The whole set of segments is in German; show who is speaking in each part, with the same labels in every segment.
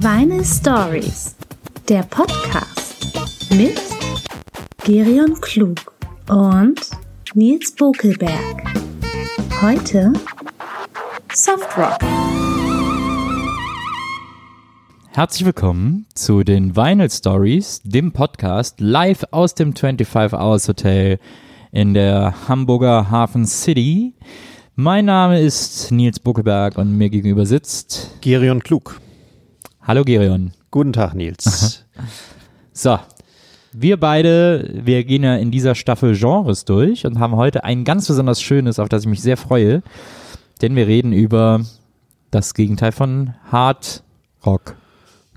Speaker 1: Vinyl Stories, der Podcast mit Gerion Klug und Nils Bokelberg. Heute Softrock.
Speaker 2: Herzlich willkommen zu den Vinyl Stories, dem Podcast live aus dem 25 Hours Hotel in der Hamburger Hafen City. Mein Name ist Nils Buckeberg und mir gegenüber sitzt.
Speaker 3: Gerion Klug.
Speaker 2: Hallo Gerion.
Speaker 3: Guten Tag, Nils.
Speaker 2: So, wir beide, wir gehen ja in dieser Staffel Genres durch und haben heute ein ganz besonders schönes, auf das ich mich sehr freue, denn wir reden über das Gegenteil von Hard Rock.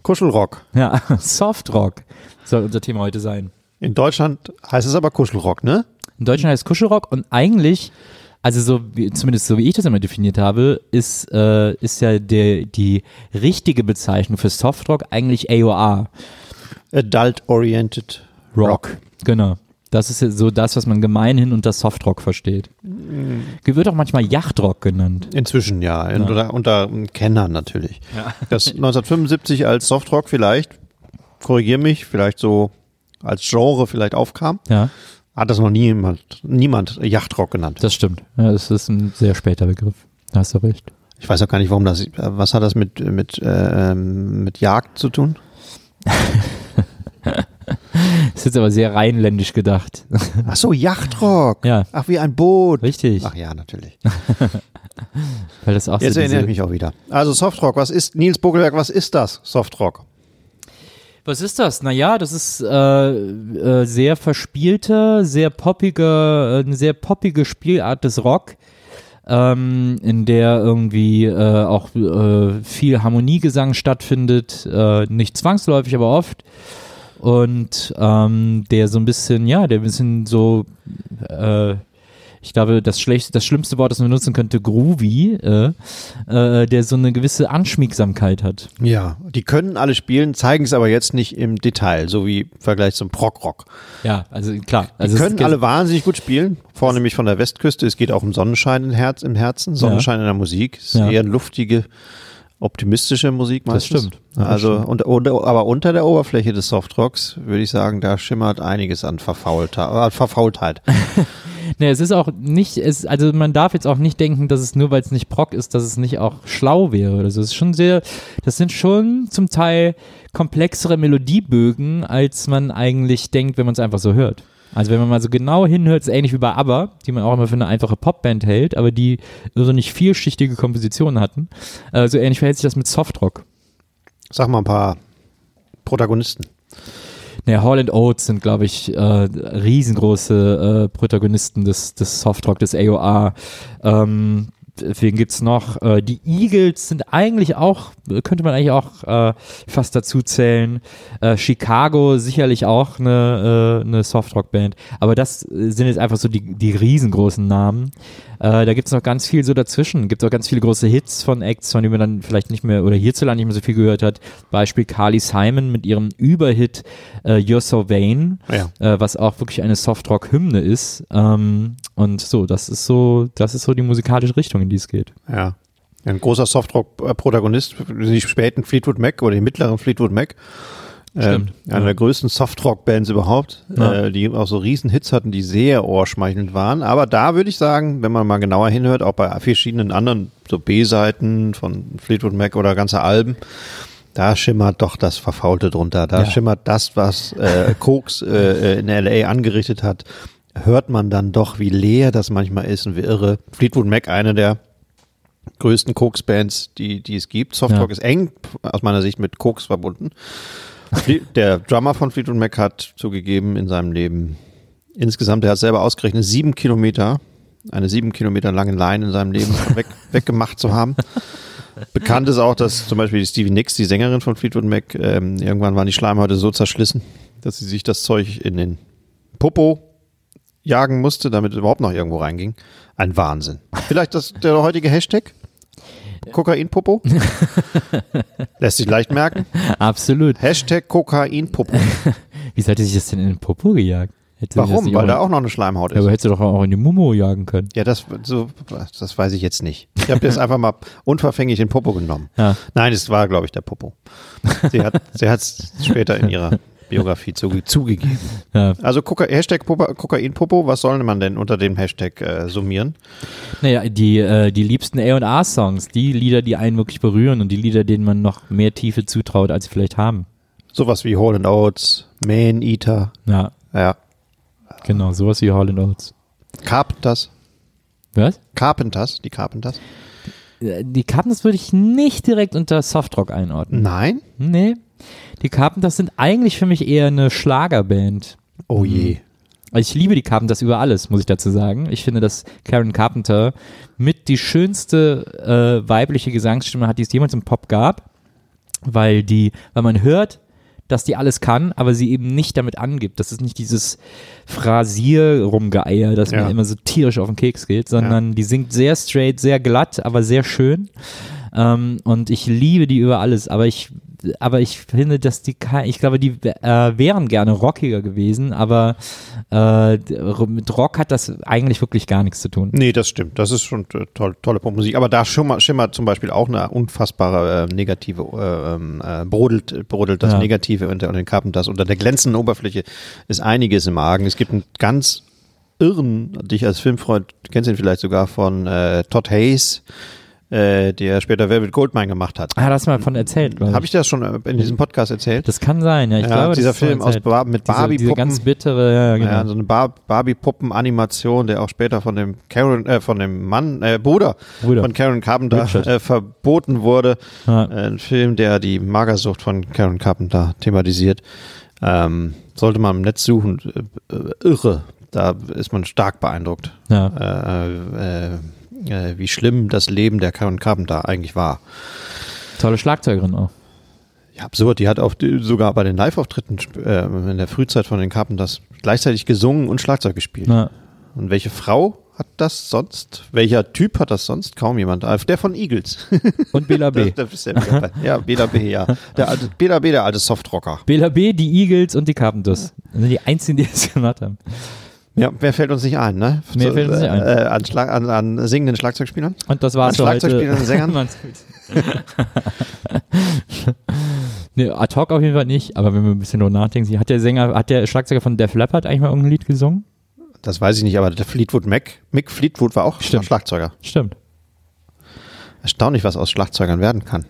Speaker 3: Kuschelrock.
Speaker 2: Ja, Soft Rock soll unser Thema heute sein.
Speaker 3: In Deutschland heißt es aber Kuschelrock, ne?
Speaker 2: In Deutschland heißt Kuschelrock und eigentlich, also so wie, zumindest so wie ich das immer definiert habe, ist, äh, ist ja der, die richtige Bezeichnung für Softrock eigentlich AOR.
Speaker 3: Adult Oriented Rock.
Speaker 2: Genau. Das ist ja so das, was man gemeinhin unter Softrock versteht. Mm. Wird auch manchmal Yachtrock genannt.
Speaker 3: Inzwischen ja, in, Unter, unter Kennern natürlich. Das 1975 als Softrock vielleicht, korrigier mich, vielleicht so als Genre vielleicht aufkam,
Speaker 2: Ja,
Speaker 3: hat das noch niemand, niemand Yachtrock genannt.
Speaker 2: das stimmt. Ja, das ist ein sehr später Begriff. Da hast du recht.
Speaker 3: Ich weiß auch gar nicht, warum das, was hat das mit, mit, ähm, mit Jagd zu tun?
Speaker 2: Ist jetzt aber sehr rheinländisch gedacht.
Speaker 3: Ach so, Yachtrock.
Speaker 2: Ja.
Speaker 3: Ach, wie ein Boot.
Speaker 2: Richtig.
Speaker 3: Ach ja, natürlich.
Speaker 2: Weil das auch
Speaker 3: Jetzt
Speaker 2: so
Speaker 3: erinnere
Speaker 2: diese,
Speaker 3: ich mich auch wieder. Also Softrock, was ist, Nils Bogelberg, was ist das, Softrock?
Speaker 2: Was ist das? Naja, das ist äh, äh, sehr verspielte, sehr poppige, äh, eine sehr poppige Spielart des Rock, ähm, in der irgendwie äh, auch äh, viel Harmoniegesang stattfindet, äh, nicht zwangsläufig, aber oft. Und ähm, der so ein bisschen, ja, der ein bisschen so, äh, ich glaube, das, schlecht, das schlimmste Wort, das man benutzen könnte, groovy, äh, äh, der so eine gewisse Anschmiegsamkeit hat.
Speaker 3: Ja, die können alle spielen, zeigen es aber jetzt nicht im Detail, so wie im Vergleich zum Prog-Rock.
Speaker 2: Ja, also klar.
Speaker 3: Die
Speaker 2: Also es
Speaker 3: können
Speaker 2: geht-
Speaker 3: alle wahnsinnig gut spielen, vornehmlich von der Westküste. Es geht auch um Sonnenschein im, Herz, im Herzen, Sonnenschein in der Musik. Es ist
Speaker 2: Ja.
Speaker 3: eher luftige, optimistische Musik meistens.
Speaker 2: stimmt.
Speaker 3: also, Und, und, aber unter der Oberfläche des Softrocks würde ich sagen, da schimmert einiges an Verfaultheit. Äh, Verfaultheit.
Speaker 2: Nee, es ist auch nicht, es, also man darf jetzt auch nicht denken, dass es nur weil es nicht Proc ist, dass es nicht auch schlau wäre. Also es ist schon sehr, das sind schon zum Teil komplexere Melodiebögen, als man eigentlich denkt, wenn man es einfach so hört. Also wenn man mal so genau hinhört, ist ähnlich wie bei ABBA, die man auch immer für eine einfache Popband hält, aber die so nicht vielschichtige Kompositionen hatten. Äh, so ähnlich verhält sich das mit Softrock.
Speaker 3: Sag mal ein paar Protagonisten.
Speaker 2: Naja, Hall and Oates sind, glaube ich, äh, riesengroße äh, Protagonisten des, des Softrock, des AOR. Ähm, wen gibt's noch? Äh, die Eagles sind eigentlich auch, könnte man eigentlich auch äh, fast dazu zählen. Äh, Chicago sicherlich auch eine, äh, eine Softrock-Band. Aber das äh, sind jetzt einfach so die, die riesengroßen Namen. Äh, da gibt's noch ganz viel so dazwischen. Gibt's auch ganz viele große Hits von Acts, von denen man dann vielleicht nicht mehr oder hierzulande nicht mehr so viel gehört hat. Beispiel Carly Simon mit ihrem Überhit äh, You're So Vain,
Speaker 3: Ja.
Speaker 2: äh, was auch wirklich eine Softrock-Hymne ist. Ähm, und so, das ist so, das ist so die musikalische Richtung, in die es geht.
Speaker 3: Ja. Ein großer Softrock-Protagonist, die späten Fleetwood Mac oder die mittleren Fleetwood Mac. Ähm,
Speaker 2: Stimmt,
Speaker 3: eine der größten Softrock-Bands überhaupt,
Speaker 2: Ja.
Speaker 3: äh, die auch so riesen Hits hatten, die sehr ohrschmeichelnd waren. Aber da würde ich sagen, wenn man mal genauer hinhört, auch bei verschiedenen anderen so B-Seiten von Fleetwood Mac oder ganze Alben, da schimmert doch das Verfaulte drunter. Da
Speaker 2: Ja.
Speaker 3: schimmert das, was äh, Koks äh, äh, in LA angerichtet hat, hört man dann doch, wie leer das manchmal ist und wie irre. Fleetwood Mac, eine der größten Koks-Bands, die, die es gibt. Softrock
Speaker 2: Ja.
Speaker 3: ist eng aus meiner Sicht mit Koks verbunden. Fle- Der Drummer von Fleetwood Mac hat zugegeben in seinem Leben insgesamt, er hat selber ausgerechnet, sieben Kilometer, eine sieben Kilometer lange Line in seinem Leben weg, weggemacht zu haben. Bekannt ist auch, dass zum Beispiel die Stevie Nicks, die Sängerin von Fleetwood Mac, ähm, irgendwann waren die Schleimhäute so zerschlissen, dass sie sich das Zeug in den Popo jagen musste, damit es überhaupt noch irgendwo reinging. Ein Wahnsinn. Vielleicht das, der heutige Hashtag? Kokainpopo? Lässt sich leicht merken.
Speaker 2: Absolut.
Speaker 3: Hashtag Kokainpopo.
Speaker 2: Wie sollte sich das denn in den Popo gejagt? Hätte
Speaker 3: Warum?
Speaker 2: sich
Speaker 3: Weil da
Speaker 2: auch,
Speaker 3: auch noch eine Schleimhaut
Speaker 2: ja,
Speaker 3: ist.
Speaker 2: aber hättest du doch auch in die Mumu jagen können.
Speaker 3: Ja, das, so, das weiß ich jetzt nicht. Ich habe jetzt einfach mal unverfänglich den Popo genommen.
Speaker 2: Ja.
Speaker 3: Nein, es war, glaube ich, der Popo. Sie hat sie hat's später in ihrer Biografie zuge zugegeben.
Speaker 2: Ja.
Speaker 3: Also Koka Hashtag Popa- Kokain-Popo, was soll man denn unter dem Hashtag äh, summieren?
Speaker 2: Naja, die, äh, die liebsten A&R-Songs, die Lieder, die einen wirklich berühren und die Lieder, denen man noch mehr Tiefe zutraut, als sie vielleicht haben.
Speaker 3: Sowas wie Hall and Oates, Man Eater,
Speaker 2: Ja,
Speaker 3: ja.
Speaker 2: genau, sowas wie Hall Oates.
Speaker 3: Carpenters,
Speaker 2: Was?
Speaker 3: Carpenters, die Carpenters.
Speaker 2: Äh, Die Carpenters würde ich nicht direkt unter Softrock einordnen.
Speaker 3: Nein?
Speaker 2: Nee, die Carpenters sind eigentlich für mich eher eine Schlagerband.
Speaker 3: Oh je.
Speaker 2: Also ich liebe die Carpenters über alles, muss ich dazu sagen. Ich finde, dass Karen Carpenter mit die schönste äh, weibliche Gesangsstimme hat, die es jemals im Pop gab, weil die, weil man hört, dass die alles kann, aber sie eben nicht damit angibt. Das ist nicht dieses Phrasier-Rumgeeier, das
Speaker 3: Ja.
Speaker 2: mir immer so tierisch auf den Keks geht, sondern die singt sehr straight, sehr glatt, aber sehr schön. Ähm, und ich liebe die über alles, aber ich, aber ich finde, dass die, kei- ich glaube, die äh, wären gerne rockiger gewesen, aber äh, d- mit Rock hat das eigentlich wirklich gar nichts zu tun.
Speaker 3: Nee, das stimmt. Das ist schon äh, toll, tolle Popmusik. Aber da schimmert, schimmert zum Beispiel auch eine unfassbare äh, negative, äh, ähm, äh, brodelt, brodelt das
Speaker 2: Ja.
Speaker 3: Negative unter den Carpenters. Unter der glänzenden Oberfläche ist einiges im Argen. Es gibt einen ganz irren, dich als Filmfreund, du kennst ihn vielleicht sogar von äh, Todd Hayes, äh, der später Velvet Goldmine gemacht hat.
Speaker 2: Ah, da hast du mal von erzählt, glaube ich.
Speaker 3: Habe ich das schon äh, in diesem Podcast erzählt?
Speaker 2: Das kann sein, ja. Ich
Speaker 3: Ja,
Speaker 2: glaube,
Speaker 3: dieser
Speaker 2: das ist von
Speaker 3: Film aus
Speaker 2: erzählt.
Speaker 3: Bar- mit
Speaker 2: Diese- Diese
Speaker 3: Barbie-Puppen.
Speaker 2: ganz bittere, ja, genau.
Speaker 3: Ja, so eine Bar Barbie-Puppen-Animation, der auch später von dem Karen, äh, von dem Mann, äh, Bruder,
Speaker 2: Bruder.
Speaker 3: von Karen Carpenter
Speaker 2: Richard.
Speaker 3: äh, verboten wurde.
Speaker 2: Ja.
Speaker 3: Äh, ein Film, der die Magersucht von Karen Carpenter thematisiert. Ähm, sollte man im Netz suchen. Äh, äh, irre. Da ist man stark beeindruckt,
Speaker 2: Ja.
Speaker 3: äh, äh, äh, wie schlimm das Leben der Karen Carpenter eigentlich war.
Speaker 2: Tolle Schlagzeugerin auch.
Speaker 3: Ja, absurd. Die hat auf, sogar bei den Live-Auftritten äh, in der Frühzeit von den Carpenters gleichzeitig gesungen und Schlagzeug gespielt.
Speaker 2: Ja.
Speaker 3: Und welche Frau hat das sonst? Welcher Typ hat das sonst? Kaum jemand. Ah, Der von Eagles.
Speaker 2: Und Bela
Speaker 3: Das,
Speaker 2: B.
Speaker 3: das ist der wieder bei. Ja, Bela B, ja. Der alte, Bela B, der alte Softrocker.
Speaker 2: Bela B, die Eagles und die Carpenters. Das sind die einzigen, die das gemacht haben.
Speaker 3: Ja, wer fällt uns nicht ein, ne?
Speaker 2: Mir fällt uns nicht ein.
Speaker 3: Äh, an, Schlag, an, an singenden Schlagzeugspielern?
Speaker 2: Und das war's
Speaker 3: An
Speaker 2: für heute.
Speaker 3: Schlagzeugspielern und Sängern?
Speaker 2: Man's gut. nee, ad hoc auf jeden Fall nicht, aber wenn wir ein bisschen drüber nachdenken, hat der Sänger, hat der Schlagzeuger von Def Leppard eigentlich mal irgendein Lied gesungen?
Speaker 3: Das weiß ich nicht, aber der Fleetwood Mac, Mick Fleetwood war auch
Speaker 2: Stimmt.
Speaker 3: Schlagzeuger.
Speaker 2: Stimmt.
Speaker 3: Erstaunlich, was aus Schlagzeugern werden kann.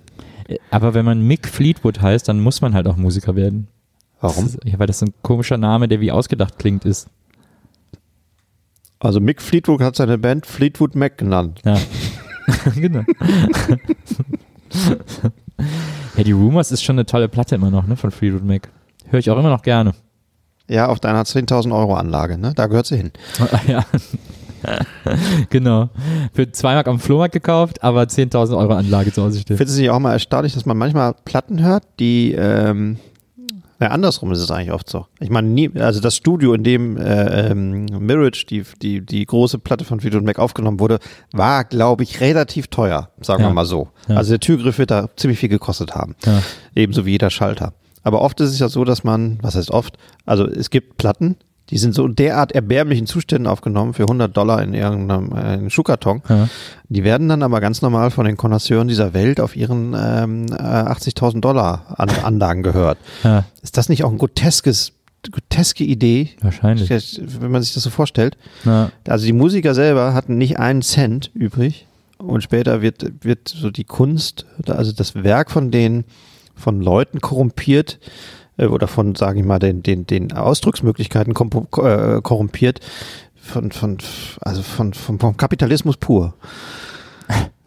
Speaker 2: Äh, Aber wenn man Mick Fleetwood heißt, dann muss man halt auch Musiker werden. Das
Speaker 3: Warum?
Speaker 2: ist, ja, weil das so ein komischer Name, der wie ausgedacht klingt, ist.
Speaker 3: Also Mick Fleetwood hat seine Band Fleetwood Mac genannt.
Speaker 2: Ja. genau. ja, die Rumors ist schon eine tolle Platte immer noch, ne, von Fleetwood Mac. Höre ich auch immer noch gerne.
Speaker 3: Ja, auf deiner 10.000 Euro Anlage, ne? Da gehört sie hin.
Speaker 2: ja. genau. Für zwei Mark am Flohmarkt gekauft, aber 10.000 Euro Anlage zu Hause steht.
Speaker 3: Findest du nicht auch mal erstaunlich, dass man manchmal Platten hört, die ähm, na, andersrum ist es eigentlich oft so. Ich meine, nie, also das Studio, in dem äh, ähm, Mirage, die, die, die große Platte von Fleetwood Mac aufgenommen wurde, war, glaube ich, relativ teuer, sagen
Speaker 2: Ja.
Speaker 3: wir mal so.
Speaker 2: Ja.
Speaker 3: Also der Türgriff wird da ziemlich viel gekostet haben.
Speaker 2: Ja.
Speaker 3: Ebenso wie jeder Schalter. Aber oft ist es ja so, dass man, was heißt oft, also es gibt Platten, die sind so in derart erbärmlichen Zuständen aufgenommen für 100 Dollar in irgendeinem äh, in Schuhkarton.
Speaker 2: Ja.
Speaker 3: Die werden dann aber ganz normal von den Konnoisseuren dieser Welt auf ihren ähm, äh, 80.000 Dollar an Anlagen gehört.
Speaker 2: Ja,
Speaker 3: Ist das nicht auch ein groteskes, groteske Idee?
Speaker 2: wahrscheinlich.
Speaker 3: Wenn man sich das so vorstellt.
Speaker 2: Ja.
Speaker 3: Also die Musiker selber hatten nicht einen Cent übrig und später wird, wird so die Kunst, also das Werk von denen, von Leuten korrumpiert äh, oder von, sage ich mal, den, den, den Ausdrucksmöglichkeiten kompo- ko- äh, korrumpiert, von, von, also von, von, vom Kapitalismus pur.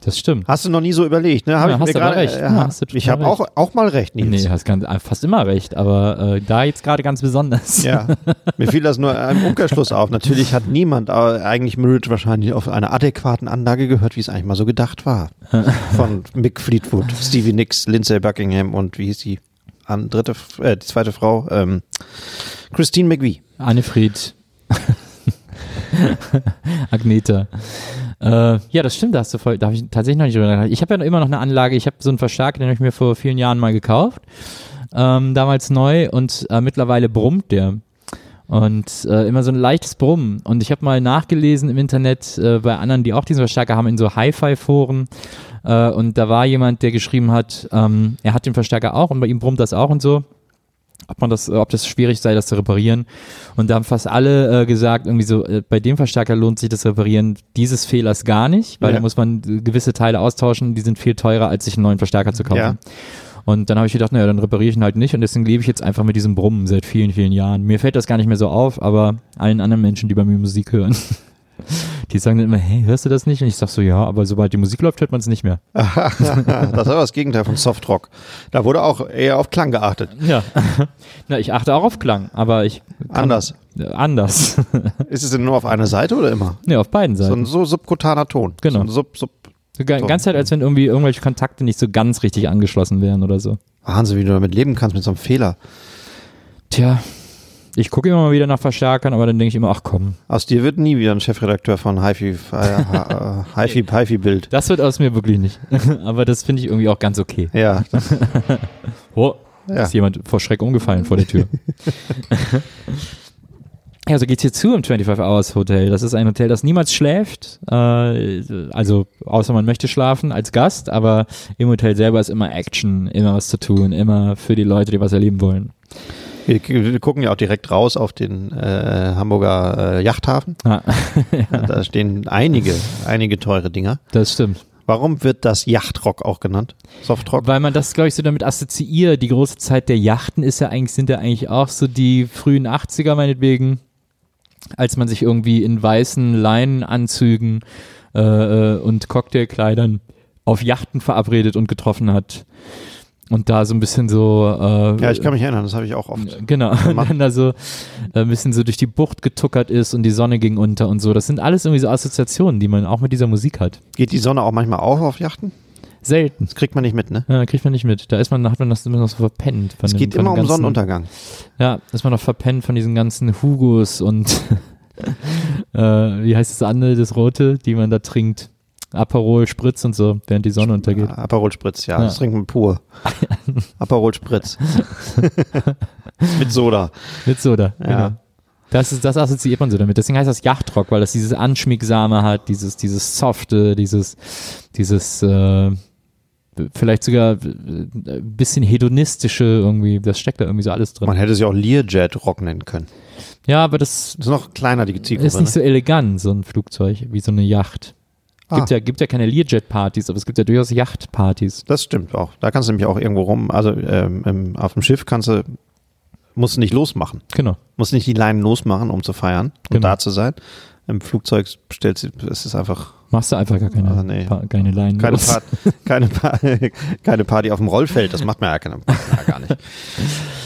Speaker 2: Das stimmt.
Speaker 3: Hast du noch nie so überlegt, ne? Hab
Speaker 2: Ja,
Speaker 3: ich
Speaker 2: hast
Speaker 3: mir
Speaker 2: du aber
Speaker 3: gerade-
Speaker 2: recht.
Speaker 3: äh,
Speaker 2: Ja,
Speaker 3: ha-
Speaker 2: hast du total
Speaker 3: ich habe
Speaker 2: recht.
Speaker 3: auch, auch mal recht,
Speaker 2: Nee,
Speaker 3: Nils.
Speaker 2: du hast ganz, ah, fast immer recht, aber äh, da jetzt gerade ganz besonders.
Speaker 3: Ja, mir fiel das nur im Umkehrschluss auf. Natürlich hat niemand, aber eigentlich Mirage wahrscheinlich auf einer adäquaten Anlage gehört, wie es eigentlich mal so gedacht war. Von Mick Fleetwood, Stevie Nicks, Lindsay Buckingham und wie hieß die an dritte, äh, die zweite Frau, ähm, Christine McVie.
Speaker 2: Annefried. Agneta. Äh, ja, das stimmt, da hast du voll, da habe ich tatsächlich noch nicht drüber nachgedacht. Ich habe ja noch immer noch eine Anlage, ich habe so einen Verschlag, den habe ich mir vor vielen Jahren mal gekauft. Ähm, damals neu und äh, mittlerweile brummt der. Und äh, immer so ein leichtes Brummen. Und ich habe mal nachgelesen im Internet äh, bei anderen, die auch diesen Verstärker haben, in so Hi-Fi-Foren. Äh, und da war jemand, der geschrieben hat, ähm, er hat den Verstärker auch und bei ihm brummt das auch und so. Ob, man das, äh, ob das schwierig sei, das zu reparieren. Und da haben fast alle äh, gesagt, irgendwie so, äh, bei dem Verstärker lohnt sich das Reparieren dieses Fehlers gar nicht, weil
Speaker 3: Ja.
Speaker 2: da muss man äh, gewisse Teile austauschen, die sind viel teurer, als sich einen neuen Verstärker zu kaufen.
Speaker 3: Ja.
Speaker 2: Und dann habe ich gedacht, naja, dann repariere ich ihn halt nicht und deswegen lebe ich jetzt einfach mit diesem Brummen seit vielen, vielen Jahren. Mir fällt das gar nicht mehr so auf, aber allen anderen Menschen, die bei mir Musik hören, die sagen dann immer, hey, hörst du das nicht? Und ich sag so, ja, aber sobald die Musik läuft, hört man es nicht mehr.
Speaker 3: das ist aber das Gegenteil von Softrock. Da wurde auch eher auf Klang geachtet.
Speaker 2: Ja. Na, ich achte auch auf Klang, aber ich. kann-
Speaker 3: Anders.
Speaker 2: Äh, anders.
Speaker 3: Ist es denn nur auf einer Seite oder immer?
Speaker 2: ne, auf beiden
Speaker 3: So
Speaker 2: Seiten.
Speaker 3: ein so subkutaner Ton.
Speaker 2: Genau.
Speaker 3: So ein sub, sub.
Speaker 2: So, ga- ganz halt, als wenn irgendwie irgendwelche Kontakte nicht so ganz richtig angeschlossen wären oder so.
Speaker 3: Wahnsinn, wie du damit leben kannst mit so einem Fehler.
Speaker 2: Tja. Ich gucke immer mal wieder nach Verstärkern, aber dann denke ich immer, ach komm,
Speaker 3: Aus dir wird nie wieder ein Chefredakteur von HiFi, äh, HiFi, HiFi Bild.
Speaker 2: das wird aus mir wirklich nicht. aber das finde ich irgendwie auch ganz okay.
Speaker 3: Ja,
Speaker 2: Oh,
Speaker 3: Ja.
Speaker 2: ist jemand vor Schreck umgefallen vor der Tür. ja, so geht's hier zu im 25-Hours-Hotel. Das ist ein Hotel, das niemals schläft. Äh, also, außer man möchte schlafen als Gast, aber im Hotel selber ist immer Action, immer was zu tun, immer für die Leute, die was erleben wollen.
Speaker 3: wir, wir gucken ja auch direkt raus auf den äh, Hamburger äh, Yachthafen.
Speaker 2: Ah,
Speaker 3: Da stehen einige, einige teure Dinger.
Speaker 2: das stimmt.
Speaker 3: Warum wird das Yachtrock auch genannt? Softrock?
Speaker 2: Weil man das, glaube ich, so damit assoziiert. Die große Zeit der Yachten ist ja eigentlich, sind ja eigentlich auch so die frühen 80er meinetwegen, als man sich irgendwie in weißen Leinenanzügen äh, äh, und Cocktailkleidern auf Yachten verabredet und getroffen hat. Und da so ein bisschen so äh,
Speaker 3: Ja, ich kann mich erinnern, das habe ich auch oft.
Speaker 2: Genau, und
Speaker 3: Mann.
Speaker 2: dann da so äh, ein bisschen so durch die Bucht getuckert ist und die Sonne ging unter und so. Das sind alles irgendwie so Assoziationen, die man auch mit dieser Musik hat.
Speaker 3: Geht die Sonne auch manchmal auf auf Yachten?
Speaker 2: Selten.
Speaker 3: Das kriegt man nicht mit, ne?
Speaker 2: Ja, kriegt man nicht mit. Da ist man, hat man das immer noch so verpennt. Von
Speaker 3: Es
Speaker 2: dem-
Speaker 3: geht
Speaker 2: von
Speaker 3: immer
Speaker 2: dem
Speaker 3: um
Speaker 2: ganzen-
Speaker 3: Sonnenuntergang.
Speaker 2: Ja, ist man noch verpennt von diesen ganzen Hugos und äh, wie heißt das andere, das Rote, die man da trinkt. Aperol, Spritz und so, während die Sonne untergeht.
Speaker 3: Ah, Aperol Spritz, ja,
Speaker 2: Ja.
Speaker 3: das trinkt man pur. Aperol Spritz. Mit Soda.
Speaker 2: Mit Soda,
Speaker 3: Ja.
Speaker 2: genau. Das, ist, das assoziiert man so damit. Deswegen heißt das Yachtrock, weil das dieses Anschmiegsame hat, dieses, dieses Softe, dieses, dieses äh, vielleicht sogar äh, ein bisschen hedonistische irgendwie. Das steckt da irgendwie so alles drin.
Speaker 3: Man hätte sie auch Learjet Rock nennen können.
Speaker 2: Ja, aber das
Speaker 3: Das ist noch kleiner, die Zielgruppe.
Speaker 2: ist nicht so
Speaker 3: ne?
Speaker 2: elegant, so ein Flugzeug, wie so eine Yacht. Gibt,
Speaker 3: Ah.
Speaker 2: ja, gibt ja keine Learjet-Partys, aber es gibt ja durchaus Yacht-Partys.
Speaker 3: ne? Das stimmt auch. Da kannst du nämlich auch irgendwo rum, also ähm, im, auf dem Schiff kannst du, musst du nicht losmachen.
Speaker 2: Genau.
Speaker 3: Musst nicht die Leinen losmachen, um zu feiern und
Speaker 2: Genau.
Speaker 3: da zu sein. Im Flugzeug stellst du, es ist einfach
Speaker 2: Machst du einfach gar keine,
Speaker 3: Ah, nee.
Speaker 2: pa keine Leinen.
Speaker 3: keine,
Speaker 2: los.
Speaker 3: Part, keine, Pa- keine Party auf dem Rollfeld. Das macht man ja, keine, ja gar nicht.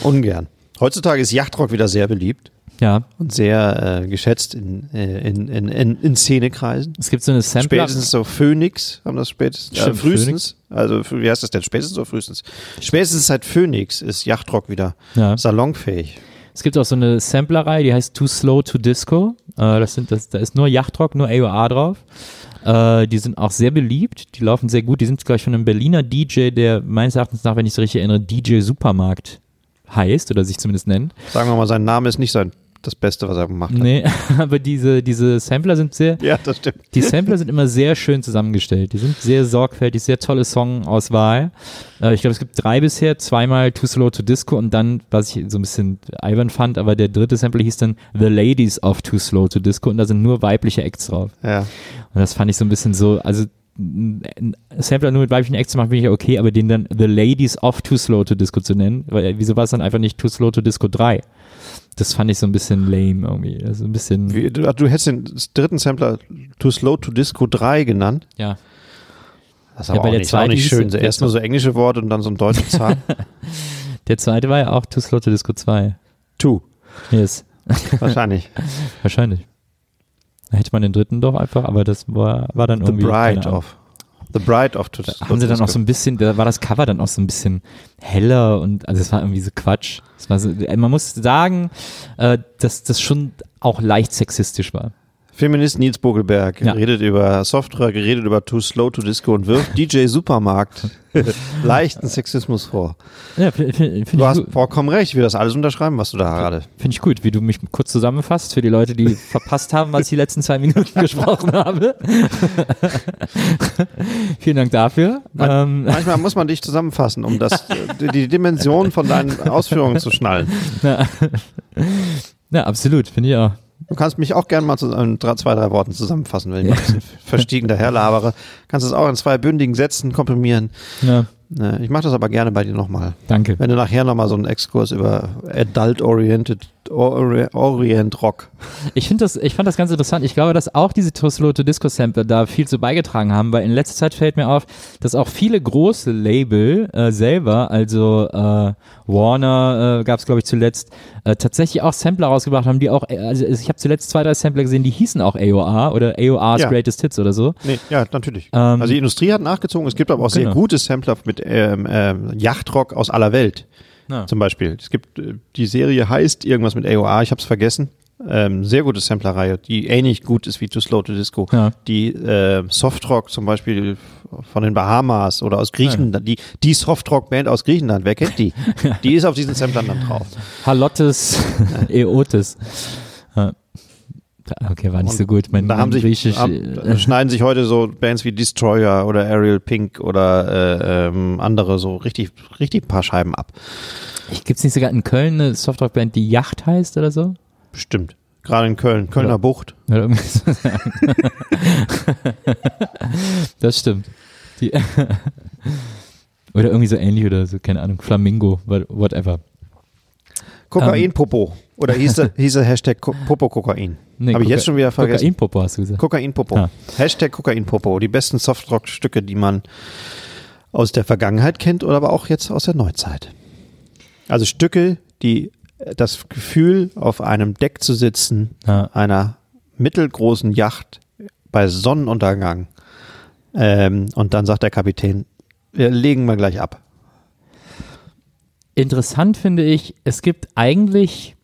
Speaker 3: Ungern. Heutzutage ist Yachtrock wieder sehr beliebt
Speaker 2: Ja,
Speaker 3: und sehr äh, geschätzt in, äh, in, in, in, in Szenekreisen.
Speaker 2: es gibt so eine Sampler.
Speaker 3: Spätestens so Phoenix haben das spätestens. Äh,
Speaker 2: Stimmt,
Speaker 3: frühestens. Also, fr- wie heißt das denn? Spätestens oder frühestens? Spätestens seit Phoenix ist Yachtrock wieder
Speaker 2: Ja.
Speaker 3: salonfähig.
Speaker 2: Es gibt auch so eine Samplerei, die heißt Too Slow to Disco. Äh, das sind, das, da ist nur Yachtrock, nur AOA drauf. Äh, die sind auch sehr beliebt, die laufen sehr gut. Die sind, glaube ich, von einem Berliner DJ, der meines Erachtens nach, wenn ich es richtig erinnere, DJ Supermarkt heißt oder sich zumindest nennt.
Speaker 3: Sagen wir mal, sein Name ist nicht sein, das Beste, was er gemacht hat.
Speaker 2: Nee, aber diese, diese Sampler sind sehr,
Speaker 3: Ja, das stimmt.
Speaker 2: Mhm. Die Sampler sind immer sehr schön zusammengestellt. Die sind sehr sorgfältig, sehr tolle Songauswahl. Äh, ich glaube, es gibt drei bisher. Zweimal Too Slow to Disco und dann, was ich so ein bisschen albern fand, aber der dritte Sampler hieß dann The Ladies of Too Slow to Disco und da sind nur weibliche Acts drauf.
Speaker 3: Ja.
Speaker 2: Und das fand ich so ein bisschen so, also n- n- Sampler nur mit weiblichen Acts zu machen, finde ich ja okay, aber den dann The Ladies of Too Slow to Disco zu nennen, weil äh, wieso war es dann einfach nicht Too Slow to Disco 3? Das fand ich so ein bisschen lame irgendwie. Also ein bisschen,
Speaker 3: Wie, du, du hättest den dritten Sampler Too Slow to Disco 3 genannt.
Speaker 2: ja.
Speaker 3: Das ist
Speaker 2: Ja, bei
Speaker 3: aber auch,
Speaker 2: der
Speaker 3: nicht, ist auch
Speaker 2: zweiten
Speaker 3: nicht
Speaker 2: hieß
Speaker 3: schön.
Speaker 2: der-
Speaker 3: Erst nur so englische Worte und dann so ein deutsches Zahn.
Speaker 2: Der zweite war ja auch Too Slow to Disco 2.
Speaker 3: Two,
Speaker 2: Yes.
Speaker 3: wahrscheinlich.
Speaker 2: Wahrscheinlich. Da hätte man den dritten doch einfach, aber das war, war dann
Speaker 3: The
Speaker 2: irgendwie.
Speaker 3: Bride
Speaker 2: keine Ahnung.
Speaker 3: of. The Bride of Too
Speaker 2: Haben sie dann auch so ein bisschen, da war das Cover dann auch so ein bisschen heller und also es war irgendwie so Quatsch. äh, Es war so, man muss sagen, äh, dass das schon auch leicht sexistisch war.
Speaker 3: Feminist Nils Bogelberg
Speaker 2: Ja.
Speaker 3: redet über Software, redet über Too Slow to Disco und wirft DJ Supermarkt leichten Sexismus vor.
Speaker 2: Ja, finde find
Speaker 3: Du
Speaker 2: ich,
Speaker 3: hast
Speaker 2: gu-
Speaker 3: vollkommen recht, ich will das alles unterschreiben, was du da gerade.
Speaker 2: find ich gut, wie du mich kurz zusammenfasst für die Leute, die verpasst haben, was ich die letzten zwei Minuten gesprochen habe. Vielen Dank dafür. Ähm,
Speaker 3: Manchmal muss man dich zusammenfassen, um das, die, die Dimension von deinen Ausführungen zu schnallen.
Speaker 2: ja, absolut, finde ich auch.
Speaker 3: Du kannst mich auch gerne mal zu in drei, zwei, drei Worten zusammenfassen, wenn ich mal ein bisschen verstiegen daherlabere. Kannst es auch in zwei bündigen Sätzen komprimieren.
Speaker 2: Ja,
Speaker 3: Ne, Ich mache das aber gerne bei dir nochmal.
Speaker 2: danke.
Speaker 3: Wenn du nachher nochmal so einen Exkurs über Adult-Oriented Ori- Orient Rock.
Speaker 2: Ich finde das, ich fand das ganz interessant. Ich glaube, dass auch diese Toslote Disco Sample da viel zu beigetragen haben, weil in letzter Zeit fällt mir auf, dass auch viele große Label äh, selber, also äh, Warner äh, gab es glaube ich zuletzt, äh, tatsächlich auch Sampler rausgebracht haben, die auch, äh, also ich habe zuletzt zwei, drei Sampler gesehen, die hießen auch AOR oder AOR's
Speaker 3: Ja.
Speaker 2: Greatest Hits oder so.
Speaker 3: Nee, ja, natürlich.
Speaker 2: Ähm,
Speaker 3: also die Industrie hat nachgezogen. Es gibt aber auch
Speaker 2: Genau.
Speaker 3: sehr gute Sampler mit ähm, ähm, Yachtrock aus aller Welt.
Speaker 2: Ja.
Speaker 3: Zum Beispiel. Es gibt, äh, die Serie heißt irgendwas mit AOA, ich habe es vergessen. Ähm, sehr gute Samplerreihe, die ähnlich gut ist wie Too Slow to Disco.
Speaker 2: Ja.
Speaker 3: Die äh, Softrock zum Beispiel von den Bahamas oder aus Griechenland, die, die Softrock-Band aus Griechenland, wer kennt die? Die ist auf diesen Samplern dann drauf.
Speaker 2: Halottes Eotes. Ja. Äh, Okay, war nicht so gut. Mein,
Speaker 3: Da
Speaker 2: mein
Speaker 3: haben sich,
Speaker 2: griechisch,
Speaker 3: ab,
Speaker 2: äh,
Speaker 3: schneiden sich heute so Bands wie Destroyer oder Ariel Pink oder äh, ähm, andere so richtig, richtig ein paar Scheiben ab.
Speaker 2: Gibt es nicht sogar in Köln eine Softrock-Band, die Yacht heißt oder so?
Speaker 3: Bestimmt. Gerade in Köln, Kölner
Speaker 2: Ja.
Speaker 3: Bucht.
Speaker 2: Oder irgendwie so sagen. das stimmt. Die oder irgendwie so ähnlich oder so, keine Ahnung, Flamingo, what- whatever. Ähm.
Speaker 3: Kokainpopo. Oder hieß der, hieß der Hashtag Ko- Popo-Kokain?
Speaker 2: Nee,
Speaker 3: Habe ich
Speaker 2: Koka-
Speaker 3: jetzt schon wieder vergessen.
Speaker 2: Kokainpopo hast du gesagt.
Speaker 3: Kokainpopo.
Speaker 2: Ah.
Speaker 3: Hashtag Kokainpopo. Die besten Softrock-Stücke, die man aus der Vergangenheit kennt oder aber auch jetzt aus der Neuzeit. Also Stücke, die das Gefühl, auf einem Deck zu sitzen,
Speaker 2: Ah.
Speaker 3: einer mittelgroßen Yacht bei Sonnenuntergang. Ähm, und dann sagt der Kapitän, wir legen mal gleich ab.
Speaker 2: Interessant finde ich, es gibt eigentlich,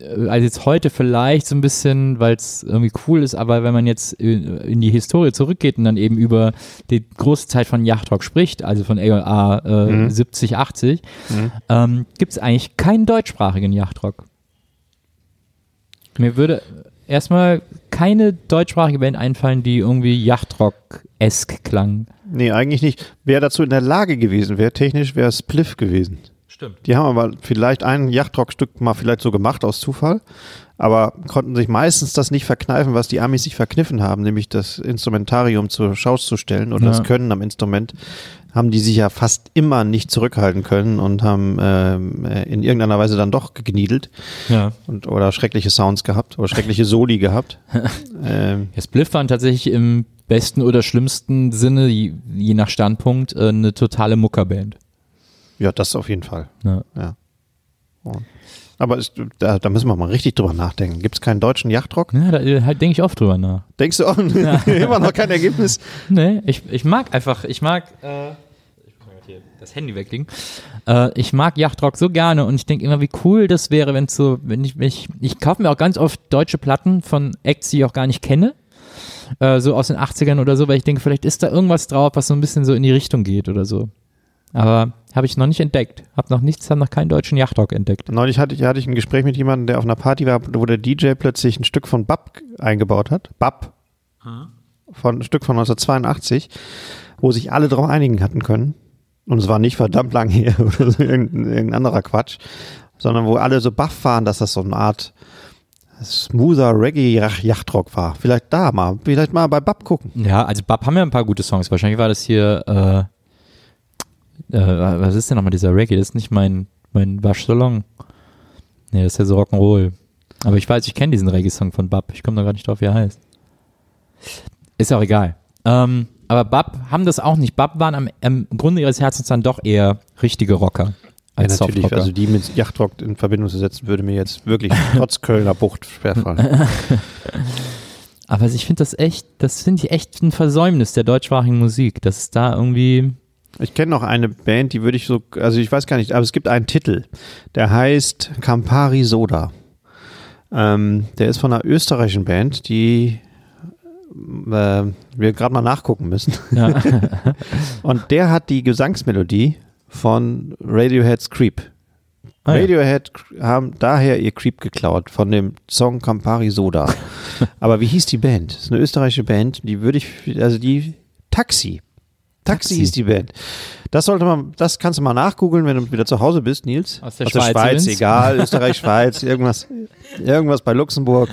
Speaker 2: äh, also jetzt heute vielleicht so ein bisschen, weil es irgendwie cool ist, aber wenn man jetzt in, in die Historie zurückgeht und dann eben über die große Zeit von Yachtrock spricht, also von ALA äh, 70, 80, ähm, gibt es eigentlich keinen deutschsprachigen Yachtrock. Mir würde erstmal keine deutschsprachige Band einfallen, die irgendwie Yachtrock-esk klang.
Speaker 3: Nee, eigentlich nicht. Wer dazu in der Lage gewesen wäre, technisch wäre Spliff gewesen.
Speaker 2: Stimmt.
Speaker 3: Die haben aber vielleicht ein Yachtrock-Stück mal vielleicht so gemacht aus Zufall, aber konnten sich meistens das nicht verkneifen, was die Amis sich verkniffen haben, nämlich das Instrumentarium zur Schau zu stellen oder
Speaker 2: Ja.
Speaker 3: das Können am Instrument, haben die sich ja fast immer nicht zurückhalten können und haben ähm, äh, in irgendeiner Weise dann doch gegniedelt
Speaker 2: Ja.
Speaker 3: und oder schreckliche Sounds gehabt oder schreckliche Soli gehabt. ähm,
Speaker 2: Ja, Spliff waren tatsächlich im besten oder schlimmsten Sinne, je, je nach Standpunkt, äh, eine totale Muckerband.
Speaker 3: ja, das auf jeden Fall.
Speaker 2: Ja.
Speaker 3: Ja. Ja. Aber es, da, da müssen wir mal richtig drüber nachdenken. Gibt es keinen deutschen Yachtrock?
Speaker 2: Ja, da äh, halt, denke ich oft drüber nach.
Speaker 3: Denkst du auch immer noch kein Ergebnis?
Speaker 2: Nee, ich, ich mag einfach, ich mag, äh, ich muss mal grad hier das Handy weglegen. Äh, ich mag Yachtrock so gerne und ich denke immer, wie cool das wäre, wenn so, wenn ich mich, ich kaufe mir auch ganz oft deutsche Platten von Acts, die ich auch gar nicht kenne. Äh, so aus den 80ern oder so, weil ich denke, vielleicht ist da irgendwas drauf, was so ein bisschen so in die Richtung geht oder so. Aber habe ich noch nicht entdeckt. Hab noch nichts, hab noch keinen deutschen Yachtrock entdeckt.
Speaker 3: Neulich hatte ich, hatte ich ein Gespräch mit jemandem, der auf einer Party war, wo der DJ plötzlich ein Stück von Bab eingebaut hat. Bab. Von, ein Stück von 1982, wo sich alle drauf einigen hatten können. Und es war nicht verdammt lang her oder so irgendein, irgendein anderer Quatsch, sondern wo alle so baff waren, dass das so eine Art smoother Reggae-Yachtrock war. Vielleicht da mal, vielleicht mal bei Bab gucken.
Speaker 2: Ja, also Bab haben ja ein paar gute Songs. Wahrscheinlich war das hier, äh, äh, was ist denn nochmal dieser Reggae? Das ist nicht mein, mein Waschsalon. Nee, das ist ja so Rock'n'Roll. Aber ich weiß, ich kenne diesen Reggae-Song von Bab. Ich komme da gar nicht drauf, wie er heißt. Ist auch egal. Ähm, aber Bab haben das auch nicht. Bab waren am, am Grunde ihres Herzens dann doch eher richtige Rocker
Speaker 3: Ja,
Speaker 2: als
Speaker 3: natürlich,
Speaker 2: Softrocker.
Speaker 3: also die mit Yachtrock in Verbindung zu setzen, würde mir jetzt wirklich trotz Kölner Bucht schwerfallen.
Speaker 2: Aber ich finde das echt, das finde ich echt ein Versäumnis der deutschsprachigen Musik, dass es da irgendwie
Speaker 3: Ich kenne noch eine Band, die würde ich so, also ich weiß gar nicht, aber es gibt einen Titel, der heißt Campari Soda. Ähm, der ist von einer österreichischen Band, die äh, wir gerade mal nachgucken müssen.
Speaker 2: Ja.
Speaker 3: Und der hat die Gesangsmelodie von Radiohead's Creep.
Speaker 2: Ah, ja.
Speaker 3: Radiohead k- haben daher ihr Creep geklaut von dem Song Campari Soda. Aber wie hieß die Band? Das ist eine österreichische Band, die würde ich, also die Taxi. Taxi,
Speaker 2: Taxi.
Speaker 3: hieß die Band. Das sollte man, das kannst du mal nachgoogeln, wenn du wieder zu Hause bist, Nils.
Speaker 2: Aus der Schweiz übrigens.
Speaker 3: egal, Österreich, Schweiz, irgendwas, irgendwas bei Luxemburg.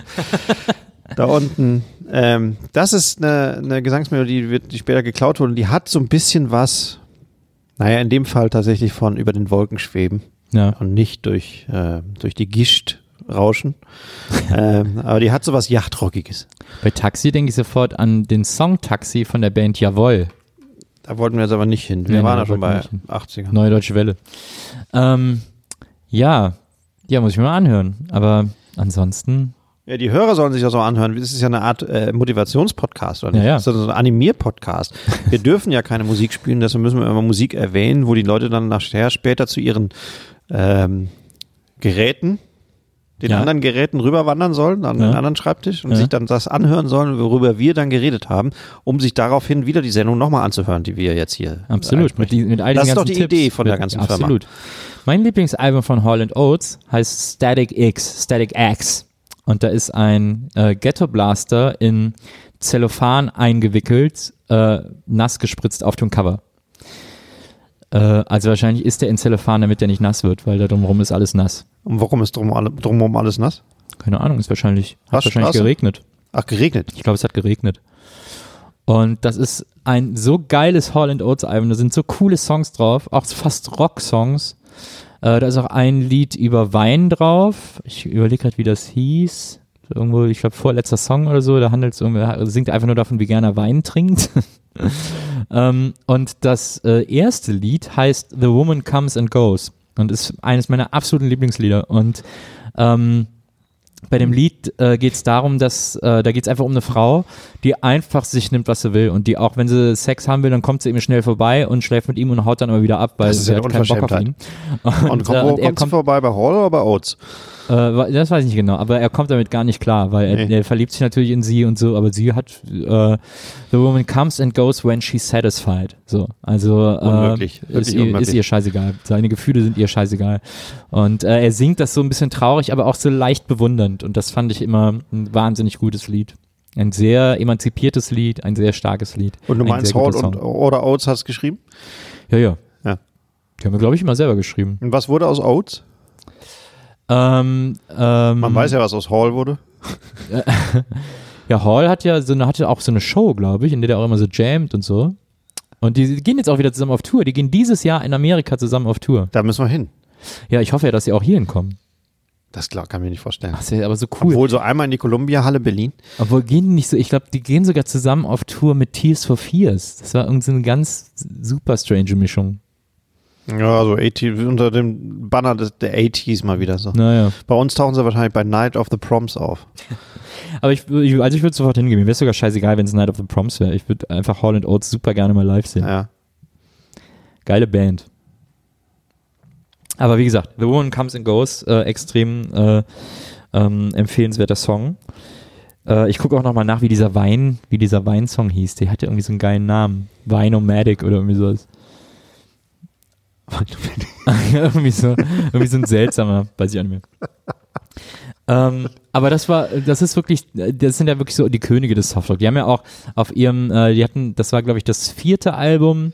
Speaker 3: Da unten. Ähm, das ist eine, eine Gesangsmelodie, die, wird, die später geklaut wurde. und Die hat so ein bisschen was, naja, in dem Fall tatsächlich von über den Wolken schweben
Speaker 2: Ja.
Speaker 3: und nicht durch, äh, durch die Gischt rauschen. ähm, aber die hat sowas Yachtrockiges.
Speaker 2: Bei Taxi denke ich sofort an den Song Taxi von der Band Jawoll,
Speaker 3: Da wollten wir jetzt aber nicht hin. Wir
Speaker 2: Nee,
Speaker 3: waren
Speaker 2: nee,
Speaker 3: ja schon
Speaker 2: da
Speaker 3: bei
Speaker 2: wollten
Speaker 3: 80ern.
Speaker 2: Neue Deutsche Welle. Ähm, ja, ja, muss ich mir mal anhören. Aber ansonsten,
Speaker 3: Ja, die Hörer sollen sich das auch anhören. Das ist ja eine Art äh, Motivationspodcast, oder nicht?
Speaker 2: Ja, ja.
Speaker 3: Das ist so ein Animier-Podcast. Wir dürfen ja keine Musik spielen, deshalb müssen wir immer Musik erwähnen, wo die Leute dann nachher später zu ihren ähm, Geräten, den
Speaker 2: Ja.
Speaker 3: anderen Geräten rüberwandern sollen, an
Speaker 2: Ja.
Speaker 3: den anderen Schreibtisch und
Speaker 2: Ja.
Speaker 3: sich dann das anhören sollen, worüber wir dann geredet haben, um sich daraufhin wieder die Sendung nochmal anzuhören, die wir jetzt hier äh,
Speaker 2: absolut. Mit, die- mit all
Speaker 3: Das
Speaker 2: den
Speaker 3: ist doch
Speaker 2: ganzen
Speaker 3: die
Speaker 2: Tipps.
Speaker 3: Idee von der
Speaker 2: Mit-
Speaker 3: ganzen Firma.
Speaker 2: absolut. Mein Lieblingsalbum von Holland Oates heißt Static X, Static X. Und da ist ein äh, Ghetto Blaster in Zellophan eingewickelt, äh, nass gespritzt auf dem Cover. Äh, also wahrscheinlich ist der in Zellophan, damit der nicht nass wird, weil da drumherum ist alles nass.
Speaker 3: Und warum ist drum, alle- drumherum alles nass?
Speaker 2: Keine Ahnung, ist wahrscheinlich, hat
Speaker 3: Hast du
Speaker 2: wahrscheinlich
Speaker 3: Straße?
Speaker 2: geregnet.
Speaker 3: Ach, geregnet.
Speaker 2: Ich glaube, es hat geregnet. Und das ist ein so geiles Hall and Oates Album. Da sind so coole Songs drauf, auch fast Rock-Songs. Äh, da ist auch ein Lied über Wein drauf. Ich überlege gerade, wie das hieß. Irgendwo, ich glaube, vorletzter Song oder so. Da handelt es irgendwie, singt einfach nur davon, wie gerne er Wein trinkt. ähm, und das äh, erste Lied heißt The Woman Comes and Goes und ist eines meiner absoluten Lieblingslieder. Und ähm, bei dem Lied äh, geht es darum, dass äh, da geht es einfach um eine Frau, die einfach sich nimmt, was sie will und die auch, wenn sie Sex haben will, dann kommt sie ihm schnell vorbei und schläft mit ihm und haut dann immer wieder ab, weil
Speaker 3: Das ist
Speaker 2: sie
Speaker 3: ja halt.
Speaker 2: hat
Speaker 3: eine
Speaker 2: keinen Bock auf ihn. Und,
Speaker 3: Und,
Speaker 2: äh,
Speaker 3: komm, wo
Speaker 2: und er
Speaker 3: kommt sie
Speaker 2: kommt,
Speaker 3: vorbei? Bei Hall oder bei Oates?
Speaker 2: äh, wa- das weiß ich nicht genau, aber er kommt damit gar nicht klar, weil er,
Speaker 3: Nee.
Speaker 2: er verliebt sich natürlich in sie und so, aber sie hat äh, the woman comes and goes when she's satisfied. So, also äh,
Speaker 3: Unmöglich, wirklich
Speaker 2: ist, ihr, ist
Speaker 3: unmöglich.
Speaker 2: ihr scheißegal. Seine Gefühle sind ihr scheißegal. Und äh, er singt das so ein bisschen traurig, aber auch so leicht bewundernd. Und das fand ich immer ein wahnsinnig gutes Lied. Ein sehr emanzipiertes Lied, ein sehr starkes Lied.
Speaker 3: Und du
Speaker 2: ein
Speaker 3: meinst
Speaker 2: sehr
Speaker 3: Hall
Speaker 2: guter
Speaker 3: und,
Speaker 2: Song.
Speaker 3: oder Oates hast geschrieben?
Speaker 2: Ja, ja.
Speaker 3: Ja.
Speaker 2: Die haben wir, glaube ich, immer selber geschrieben.
Speaker 3: Und was wurde aus Oates?
Speaker 2: Ähm, ähm,
Speaker 3: Man weiß ja, was aus Hall wurde.
Speaker 2: Ja, Hall hat ja so eine, hatte auch so eine Show, glaube ich, in der der auch immer so jammt und so. Und die gehen jetzt auch wieder zusammen auf Tour. Die gehen dieses Jahr in Amerika zusammen auf Tour.
Speaker 3: Da müssen wir hin.
Speaker 2: Ja, ich hoffe ja, dass sie auch hier hinkommen.
Speaker 3: Das glaub- kann ich mir nicht vorstellen.
Speaker 2: Ach, ist ja aber so cool. Obwohl,
Speaker 3: Obwohl so einmal in die Columbia-Halle Berlin.
Speaker 2: gehen die nicht so, ich glaube, die gehen sogar zusammen auf Tour mit Tears for Fears. Das war irgendwie so eine ganz super strange Mischung.
Speaker 3: Ja, so 80, unter dem Banner des, der 80s mal wieder so.
Speaker 2: Naja.
Speaker 3: Bei uns tauchen sie wahrscheinlich bei Night of the Proms auf.
Speaker 2: Aber ich, ich also ich würde sofort hingehen. Mir wäre sogar scheißegal, wenn es Night of the Proms wäre. Ich würde einfach Hall and Oates super gerne mal live sehen.
Speaker 3: Ja.
Speaker 2: Geile Band. Aber wie gesagt, The Woman Comes and Goes, äh, extrem äh, ähm, empfehlenswerter Song. Äh, ich gucke auch nochmal nach, wie dieser Wein, wie dieser Weinsong hieß. Der hatte irgendwie so einen geilen Namen. Winomatic oder irgendwie sowas. irgendwie, so, irgendwie so ein seltsamer, weiß ich auch nicht mehr. Ähm, aber das war, das ist wirklich, das sind ja wirklich so die Könige des Softrock. Die haben ja auch auf ihrem, äh, die hatten, das war glaube ich das vierte Album,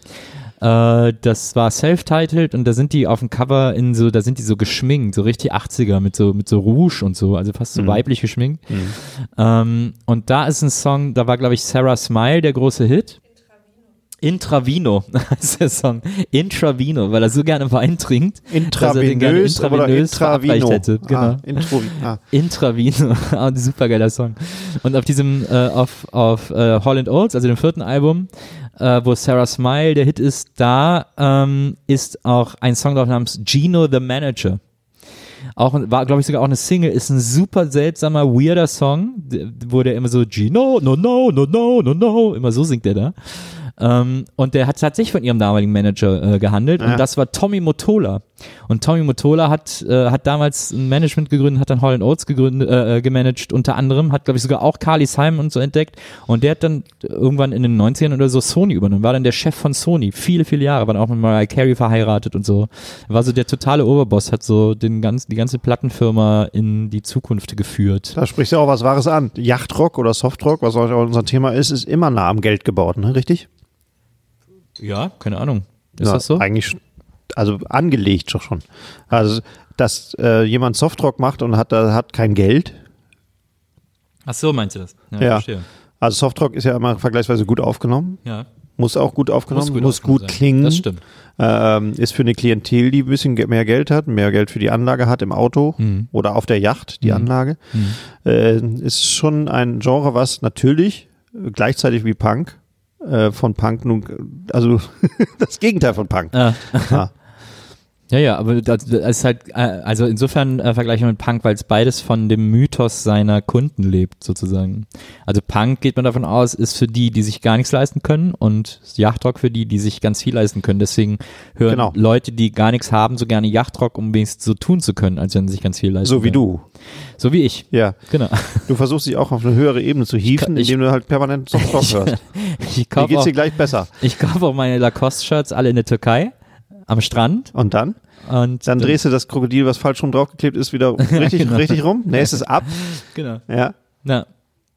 Speaker 2: äh, das war self-titled und da sind die auf dem Cover in so, da sind die so geschminkt, so richtig 80er mit so, mit so Rouge und so, also fast so weiblich geschminkt. Ähm, und da ist ein Song, da war glaube ich Sarah Smile der große Hit. Intravino ist der Song. Intravino, weil er so gerne Wein trinkt. dass er den gerne
Speaker 3: Intravenös oder
Speaker 2: verabreicht
Speaker 3: Intravino?
Speaker 2: Hätte. Genau.
Speaker 3: Ah, Introvi- ah.
Speaker 2: Intravino, Ah, ein supergeiler Song. Und auf diesem, äh, auf, auf äh, Holland Oats, also dem vierten Album, äh, wo Sarah Smile der Hit ist, da ähm, ist auch ein Song drauf namens Gino the Manager. Auch, ein- war, glaube ich, sogar auch eine Single, ist ein super seltsamer, weirder Song, d- wo der immer so Gino, no, no, no, no, no, no, immer so singt er da. Ähm, und der hat tatsächlich von ihrem damaligen Manager äh, gehandelt
Speaker 3: Ja.
Speaker 2: und das war Tommy Motola. Und Tommy Mottola hat, äh, hat damals ein Management gegründet, hat dann Holland Oates gegründet, äh, gemanagt, unter anderem, hat, glaube ich, sogar auch Carly Simon und so entdeckt. Und der hat dann irgendwann in den 90ern oder so Sony übernommen, war dann der Chef von Sony, viele, viele Jahre, war dann auch mit Mariah Carey verheiratet und so. War so der totale Oberboss, hat so den ganz, die ganze Plattenfirma in die Zukunft geführt.
Speaker 3: Da sprichst du auch was Wahres an. Yachtrock oder Softrock, was heute auch unser Thema ist, ist immer nah am Geld gebaut, ne? richtig?
Speaker 2: Ja, keine Ahnung. Ist
Speaker 3: Ja,
Speaker 2: das so?
Speaker 3: Eigentlich, sch- also angelegt doch schon. Also, dass äh, jemand Softrock macht und hat, da- hat kein Geld.
Speaker 2: Ach so, meinst du das?
Speaker 3: Ja.
Speaker 2: verstehe.
Speaker 3: Also Softrock ist ja immer vergleichsweise gut aufgenommen,
Speaker 2: Ja.
Speaker 3: muss auch gut aufgenommen, muss gut,
Speaker 2: aufgenommen sein.
Speaker 3: klingen.
Speaker 2: Das stimmt.
Speaker 3: Ähm, ist für eine Klientel, die ein bisschen ge- mehr Geld hat, mehr Geld für die Anlage hat im Auto
Speaker 2: Mhm.
Speaker 3: oder auf der Yacht, die Anlage. Äh, ist schon ein Genre, was natürlich äh, gleichzeitig wie Punk, äh, von Punk nun, also das Gegenteil von Punk.
Speaker 2: Ah.
Speaker 3: Ja.
Speaker 2: Ja, ja, aber das, das ist halt, äh, also insofern äh, vergleichbar mit Punk, weil es beides von dem Mythos seiner Kunden lebt, sozusagen. Also Punk geht man davon aus, ist für die, die sich gar nichts leisten können und Yachtrock für die, die sich ganz viel leisten können. Deswegen hören
Speaker 3: Genau.
Speaker 2: Leute, die gar nichts haben, so gerne Yachtrock, um wenigstens so tun zu können, als wenn sie sich ganz viel leisten
Speaker 3: So wie
Speaker 2: können.
Speaker 3: du.
Speaker 2: So wie ich.
Speaker 3: Ja.
Speaker 2: Genau.
Speaker 3: Du versuchst dich auch auf eine höhere Ebene zu hieven,
Speaker 2: Ich-
Speaker 3: indem du halt permanent Soft Rock hörst.
Speaker 2: Ich
Speaker 3: Mir
Speaker 2: kaufe
Speaker 3: geht's
Speaker 2: auch,
Speaker 3: dir gleich besser.
Speaker 2: ich kauf auch meine Lacoste-Shirts alle in der Türkei am Strand
Speaker 3: Und dann?
Speaker 2: und
Speaker 3: Dann drehst du das Krokodil, was falsch rum draufgeklebt ist, wieder richtig,
Speaker 2: Genau.
Speaker 3: richtig rum. Nähst es ab.
Speaker 2: Genau.
Speaker 3: Ja.
Speaker 2: Na,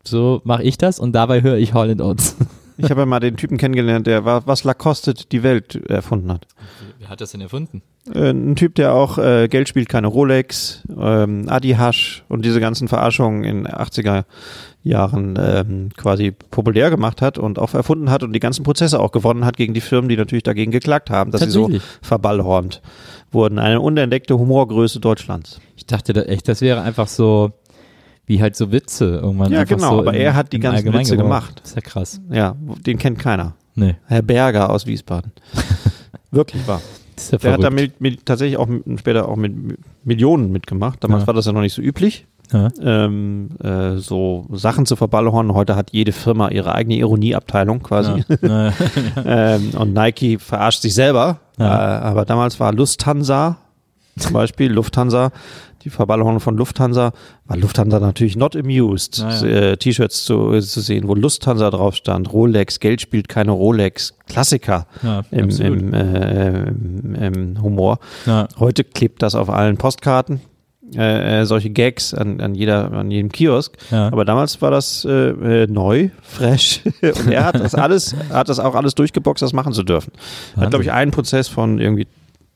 Speaker 2: so mache ich das und dabei höre ich Holland Oats.
Speaker 3: Ich habe ja mal den Typen kennengelernt, der war, was Lacoste die Welt erfunden hat.
Speaker 2: Wer hat das denn erfunden?
Speaker 3: Äh, ein Typ, der auch äh, Geld spielt, keine Rolex, ähm, Adi Hasch und diese ganzen Verarschungen in 80er Jahren ähm, quasi populär gemacht hat und auch erfunden hat und die ganzen Prozesse auch gewonnen hat gegen die Firmen, die natürlich dagegen geklagt haben, dass sie so
Speaker 2: Tatsächlich?
Speaker 3: verballhornt wurden. Eine unentdeckte Humorgröße Deutschlands.
Speaker 2: Ich dachte da echt, das wäre einfach so, wie halt so Witze irgendwann.
Speaker 3: Ja,
Speaker 2: einfach
Speaker 3: genau,
Speaker 2: so
Speaker 3: aber
Speaker 2: im-
Speaker 3: er hat die
Speaker 2: im
Speaker 3: ganzen
Speaker 2: Allgemeinen
Speaker 3: Witze
Speaker 2: gebraucht.
Speaker 3: gemacht.
Speaker 2: Ist ja krass.
Speaker 3: Ja, den kennt keiner.
Speaker 2: Nee,
Speaker 3: Herr Berger aus Wiesbaden. Wirklich wahr.
Speaker 2: ist ja
Speaker 3: Der hat
Speaker 2: verrückt.
Speaker 3: da mit, mit, tatsächlich auch mit, später auch mit mit Millionen mitgemacht. Damals
Speaker 2: Ja.
Speaker 3: war das ja noch nicht so üblich.
Speaker 2: ja.
Speaker 3: ähm, äh, so Sachen zu verballhorn. Heute hat jede Firma ihre eigene Ironieabteilung quasi.
Speaker 2: Ja.
Speaker 3: ähm, und Nike verarscht sich selber.
Speaker 2: Ja.
Speaker 3: Äh, aber damals war Lufthansa zum Beispiel, Lufthansa, die Verballhornung von Lufthansa, war Lufthansa natürlich not amused,
Speaker 2: Na ja.
Speaker 3: äh, T-Shirts zu, zu sehen, wo Lufthansa drauf stand, Rolex, Geld spielt keine Rolex, Klassiker
Speaker 2: Ja,
Speaker 3: im,
Speaker 2: absolut.
Speaker 3: im, äh, im, im Humor.
Speaker 2: Ja.
Speaker 3: Heute klebt das auf allen Postkarten. Äh, äh, solche Gags an, an, jeder, an jedem Kiosk.
Speaker 2: Ja.
Speaker 3: Aber damals war das äh, äh, neu, fresh. Und er hat das alles, er hat das auch alles durchgeboxt, das machen zu dürfen. Er Hat, glaube ich, einen Prozess von irgendwie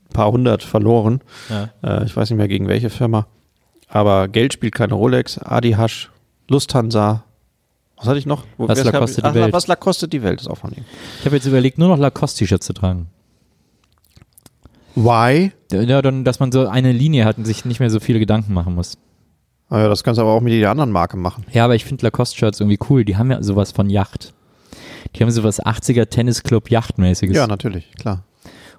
Speaker 3: ein paar hundert verloren.
Speaker 2: Ja.
Speaker 3: Äh, ich weiß nicht mehr gegen welche Firma. Aber Geld spielt keine Rolex, Adi Hasch, Lufthansa. Was hatte ich noch? Wo-
Speaker 2: Was
Speaker 3: wer-
Speaker 2: Lacoste die
Speaker 3: Ach,
Speaker 2: Welt.
Speaker 3: Was kostet die Welt, ist auch von ihm.
Speaker 2: Ich habe jetzt überlegt, nur noch Lacoste-T-Shirts zu tragen.
Speaker 3: Why?
Speaker 2: Ja, dann, dass man so eine Linie hat und sich nicht mehr so viele Gedanken machen muss.
Speaker 3: Ah ja, das kannst du aber auch mit jeder anderen Marke machen.
Speaker 2: Ja, aber ich finde Lacoste-Shirts irgendwie cool. Die haben ja sowas von Yacht. Die haben sowas 80er Tennisclub-Yachtmäßiges.
Speaker 3: Ja, natürlich, klar.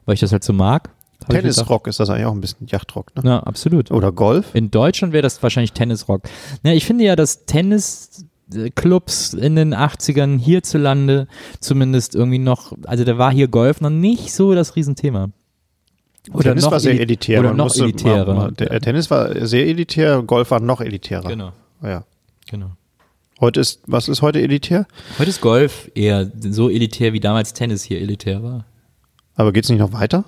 Speaker 2: weil ich das halt so mag. hab ich gedacht.
Speaker 3: Tennisrock ist das eigentlich auch ein bisschen Yachtrock, ne?
Speaker 2: Ja, absolut.
Speaker 3: Oder Golf?
Speaker 2: In Deutschland wäre das wahrscheinlich Tennisrock. Na, ich finde ja, dass Tennisclubs in den 80ern hierzulande zumindest irgendwie noch, also da war hier Golf noch nicht so das Riesenthema. Oder
Speaker 3: Tennis
Speaker 2: noch
Speaker 3: war sehr
Speaker 2: elit-
Speaker 3: elitär.
Speaker 2: Oder
Speaker 3: man
Speaker 2: noch
Speaker 3: musste-
Speaker 2: elitärer.
Speaker 3: man- man- der, äh, Tennis war sehr elitär, Golf war noch elitärer.
Speaker 2: Genau,
Speaker 3: Ja.
Speaker 2: genau.
Speaker 3: Heute ist, was ist heute elitär?
Speaker 2: Heute ist Golf eher so elitär, wie damals Tennis hier elitär war.
Speaker 3: Aber geht's nicht noch weiter?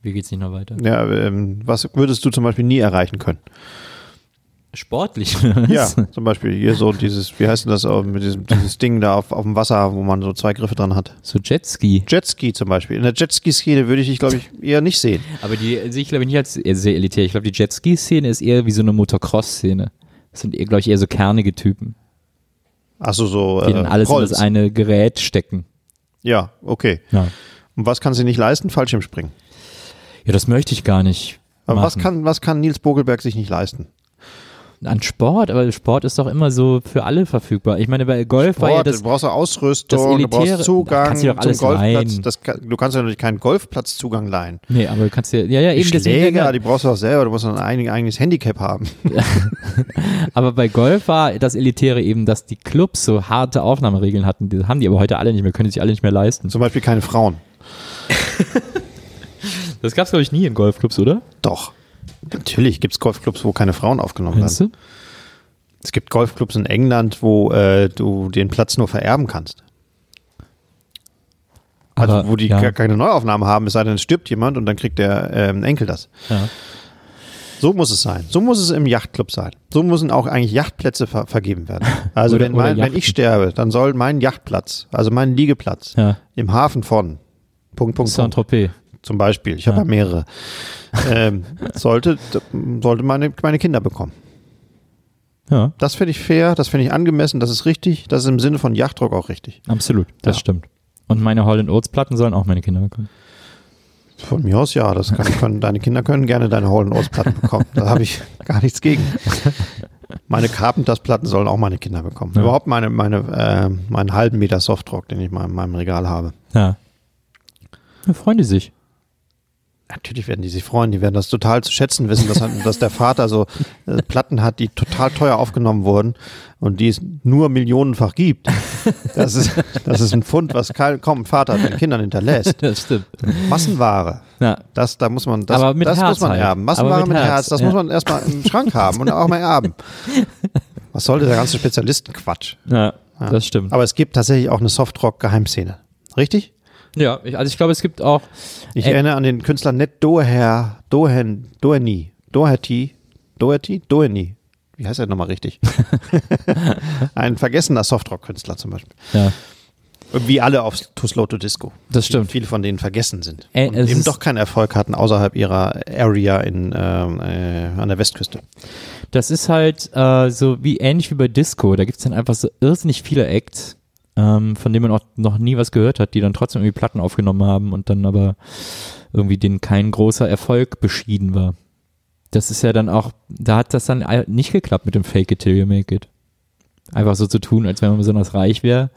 Speaker 2: Wie geht's nicht noch weiter?
Speaker 3: Ja, ähm, was würdest du zum Beispiel nie erreichen können?
Speaker 2: Sportlich. oder was?
Speaker 3: Ja, zum Beispiel hier so dieses, wie heißt denn das, äh, mit diesem, dieses Ding da auf, auf dem Wasser, wo man so zwei Griffe dran hat.
Speaker 2: So Jetski.
Speaker 3: Jetski zum Beispiel. In der Jetski-Szene würde ich dich, glaube ich, eher nicht sehen.
Speaker 2: Aber die sehe ich, glaube ich, nicht als eher sehr elitär. Ich glaube, die Jetski-Szene ist eher wie so eine Motocross-Szene. Das sind, glaube ich, eher so kernige Typen.
Speaker 3: Achso, so.
Speaker 2: die dann alles in
Speaker 3: Prolls.
Speaker 2: das eine Gerät stecken.
Speaker 3: Ja, okay.
Speaker 2: Ja,
Speaker 3: Und was kann sie nicht leisten? Fallschirmspringen.
Speaker 2: ja das möchte ich gar nicht.
Speaker 3: Aber was
Speaker 2: machen.
Speaker 3: kann, was kann Nils Bogelberg sich nicht leisten?
Speaker 2: An Sport, aber Sport ist doch immer so für alle verfügbar. Ich meine, bei Golf war ja
Speaker 3: Sport, äh,
Speaker 2: das.
Speaker 3: du brauchst ja
Speaker 2: das
Speaker 3: Ausrüstung, du
Speaker 2: Elitäre-
Speaker 3: brauchst
Speaker 2: da
Speaker 3: Zugang
Speaker 2: kannst du doch alles
Speaker 3: zum Golfplatz.
Speaker 2: leihen.
Speaker 3: Das kann, du kannst ja natürlich keinen Golfplatzzugang leihen.
Speaker 2: Nee, aber du kannst ja. Ja, ja,
Speaker 3: Die
Speaker 2: eben deswegen.
Speaker 3: Schläger, die brauchst du auch selber, du musst ein eigen- eigenes Handicap haben.
Speaker 2: Aber bei Golf war das Elitäre eben, dass die Clubs so harte Aufnahmeregeln hatten. Die haben die aber heute alle nicht mehr, können die sich alle nicht mehr leisten.
Speaker 3: Zum Beispiel keine Frauen.
Speaker 2: Das gab's, glaube ich, nie in Golfclubs, oder?
Speaker 3: Doch. Natürlich gibt es Golfclubs, wo keine Frauen aufgenommen
Speaker 2: Meinst
Speaker 3: werden.
Speaker 2: du?
Speaker 3: Es gibt Golfclubs in England, wo äh, du den Platz nur vererben kannst. Also
Speaker 2: Aber,
Speaker 3: wo die
Speaker 2: ja,
Speaker 3: gar keine Neuaufnahme haben, es sei denn, es stirbt jemand und dann kriegt der ähm, Enkel das.
Speaker 2: ja.
Speaker 3: So muss es sein. So muss es im Yachtclub sein. So müssen auch eigentlich Yachtplätze ver vergeben werden. Also
Speaker 2: Oder-
Speaker 3: wenn,
Speaker 2: oder
Speaker 3: mein, wenn
Speaker 2: Yachten.
Speaker 3: ich sterbe, dann soll mein Yachtplatz, also mein Liegeplatz
Speaker 2: Ja.
Speaker 3: im Hafen von Punkt, Punkt, Punkt,
Speaker 2: Saint-Tropez.
Speaker 3: zum Beispiel, ich habe ja. mehrere, ähm, sollte, sollte meine, meine Kinder bekommen.
Speaker 2: Ja,
Speaker 3: Das finde ich fair, das finde ich angemessen, das ist richtig, das ist im Sinne von Yachtdruck auch richtig.
Speaker 2: absolut. Das
Speaker 3: Ja.
Speaker 2: stimmt. Und meine Holland Oats Platten sollen auch meine Kinder bekommen.
Speaker 3: Von mir aus ja, das kann, können, deine Kinder können gerne deine Holden Platten bekommen. Da habe ich gar nichts gegen. Meine Carpenters Platten sollen auch meine Kinder bekommen.
Speaker 2: Ja.
Speaker 3: Überhaupt meine, meine, äh, meinen halben Meter Softrock, den ich mal in meinem Regal habe.
Speaker 2: Ja. Da freuen die sich.
Speaker 3: Natürlich werden die sich freuen, die werden das total zu schätzen wissen, dass, dass der Vater so äh, Platten hat, die total teuer aufgenommen wurden und die es nur millionenfach gibt. Das ist, das ist ein Pfund, was kein, kaum ein Vater den Kindern hinterlässt.
Speaker 2: Das stimmt.
Speaker 3: Massenware.
Speaker 2: Ja,
Speaker 3: Das, da muss man, das,
Speaker 2: Aber mit
Speaker 3: das
Speaker 2: Herz
Speaker 3: muss man
Speaker 2: halt.
Speaker 3: erben.
Speaker 2: Aber
Speaker 3: Massenware
Speaker 2: mit
Speaker 3: mit,
Speaker 2: Herz,
Speaker 3: Herz, das
Speaker 2: ja.
Speaker 3: muss man erstmal im Schrank haben und auch mal erben. Was soll dieser ganze Spezialistenquatsch?
Speaker 2: ja, das stimmt.
Speaker 3: Aber es gibt tatsächlich auch eine Softrock-Geheimszene. Richtig?
Speaker 2: Ja, ich, also ich glaube, es gibt auch. äh,
Speaker 3: Ich
Speaker 2: Ey.
Speaker 3: erinnere an den Künstler Ned Doher, Dohen, Doherny, Doherty, Doherty, Doherny. Wie heißt er nochmal richtig? Ein vergessener Softrock-Künstler zum Beispiel.
Speaker 2: Ja,
Speaker 3: Wie alle auf Too Slow to Disco.
Speaker 2: das stimmt.
Speaker 3: Viele von denen vergessen sind.
Speaker 2: Ey,
Speaker 3: und
Speaker 2: es
Speaker 3: eben
Speaker 2: ist-
Speaker 3: doch keinen Erfolg hatten außerhalb ihrer Area in, ähm, äh, an der Westküste.
Speaker 2: Das ist halt äh, so wie ähnlich wie bei Disco. Da gibt es dann einfach so irrsinnig viele Acts, ähm, von denen man auch noch nie was gehört hat, die dann trotzdem irgendwie Platten aufgenommen haben und dann aber irgendwie denen kein großer Erfolg beschieden war. Das ist ja dann auch, da hat das dann all- nicht geklappt mit dem Fake It Till You Make It. Einfach so zu tun, als wenn man besonders reich wäre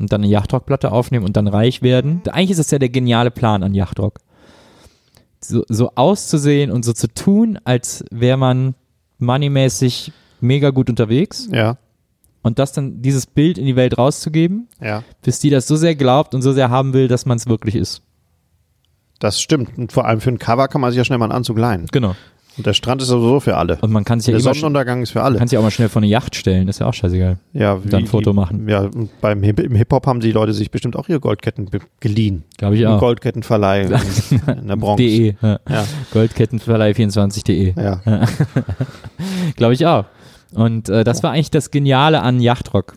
Speaker 2: und dann eine Yachtrock-Platte aufnehmen und dann reich werden. Eigentlich ist das ja der geniale Plan an Yachtrock. So, so auszusehen und so zu tun, als wäre man moneymäßig mega gut unterwegs
Speaker 3: Ja,
Speaker 2: und das dann, dieses Bild in die Welt rauszugeben,
Speaker 3: ja.
Speaker 2: bis die das so sehr glaubt und so sehr haben will, dass man es wirklich ist.
Speaker 3: Das stimmt. Und vor allem für ein Cover kann man sich ja schnell mal einen Anzug leihen.
Speaker 2: Genau.
Speaker 3: Und der Strand ist sowieso für alle.
Speaker 2: Und man kann sich ja
Speaker 3: Der
Speaker 2: immer sch-
Speaker 3: Sonnenuntergang ist für alle.
Speaker 2: kann sich auch mal schnell vor eine Yacht stellen, ist ja auch scheißegal.
Speaker 3: Ja, wie
Speaker 2: dann ein Foto
Speaker 3: die,
Speaker 2: machen.
Speaker 3: Ja, und beim Hip im Hip-Hop haben die Leute sich bestimmt auch ihre Goldketten be- geliehen.
Speaker 2: Glaube ich
Speaker 3: Im
Speaker 2: auch. E.
Speaker 3: Goldkettenverleih in, in der Bronx.
Speaker 2: DE. Ja.
Speaker 3: Ja,
Speaker 2: Goldkettenverleih24.de.
Speaker 3: ja.
Speaker 2: Glaube E. ich auch. Und äh, das war eigentlich das Geniale an Yachtrock.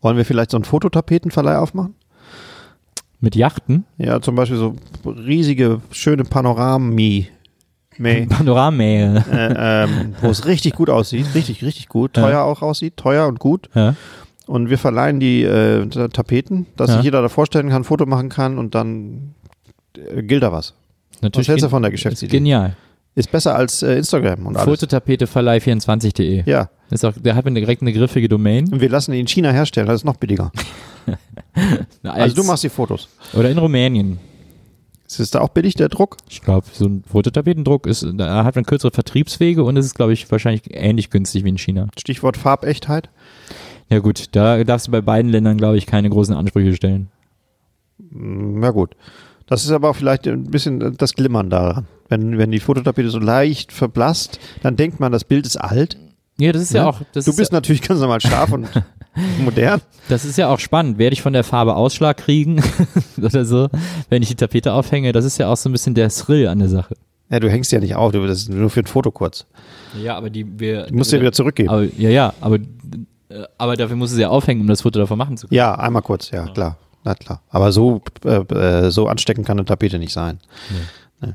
Speaker 3: Wollen wir vielleicht so einen Fototapetenverleih aufmachen?
Speaker 2: Mit Yachten,
Speaker 3: Ja, zum Beispiel so riesige, schöne Panoramen. Mäh.
Speaker 2: Panoramähe.
Speaker 3: äh, ähm, wo es richtig gut aussieht, richtig, richtig gut, teuer auch aussieht, teuer und gut.
Speaker 2: Ja.
Speaker 3: Und wir verleihen die äh, Ta- Tapeten, dass
Speaker 2: Ja.
Speaker 3: sich jeder da vorstellen kann, ein Foto machen kann und dann äh, gilt da was.
Speaker 2: Natürlich
Speaker 3: hältst du
Speaker 2: gen-
Speaker 3: von der
Speaker 2: ist
Speaker 3: Geschäftsidee?
Speaker 2: Genial.
Speaker 3: Ist besser als äh, Instagram und alles.
Speaker 2: Fototapeteverleih24.de.
Speaker 3: Ja,
Speaker 2: E. Ist auch, der hat mir direkt eine griffige Domain.
Speaker 3: und wir lassen die in China herstellen, das ist noch billiger.
Speaker 2: Als-
Speaker 3: Also du machst die Fotos.
Speaker 2: oder in Rumänien.
Speaker 3: Ist es da auch billig, der Druck?
Speaker 2: Ich glaube, so ein Fototapetendruck ist, da hat man kürzere Vertriebswege und es ist, glaube ich, wahrscheinlich ähnlich günstig wie in China.
Speaker 3: Stichwort Farbechtheit.
Speaker 2: Ja gut, da darfst du bei beiden Ländern, glaube ich, keine großen Ansprüche stellen.
Speaker 3: Na gut. Das ist aber vielleicht ein bisschen das Glimmern daran. Wenn, wenn die Fototapete so leicht verblasst, dann denkt man, das Bild ist alt.
Speaker 2: Ja, das ist ja,
Speaker 3: Ja,
Speaker 2: auch, das
Speaker 3: du
Speaker 2: ist
Speaker 3: bist
Speaker 2: ja,
Speaker 3: natürlich ganz normal scharf und modern.
Speaker 2: das ist ja auch spannend. Werde ich von der Farbe Ausschlag kriegen oder so, wenn ich die Tapete aufhänge? Das ist ja auch so ein bisschen der Thrill an der Sache.
Speaker 3: Ja, du hängst ja nicht auf, du, das ist nur für ein Foto kurz.
Speaker 2: Ja, aber die, wir,
Speaker 3: Du musst ja wieder zurückgeben.
Speaker 2: aber, ja, ja, aber, äh, aber dafür musst du sie ja aufhängen, um das Foto davon machen zu können.
Speaker 3: Ja, einmal kurz, ja, klar. Na klar. Aber so, äh, äh, so ansteckend kann eine Tapete nicht sein. Ne.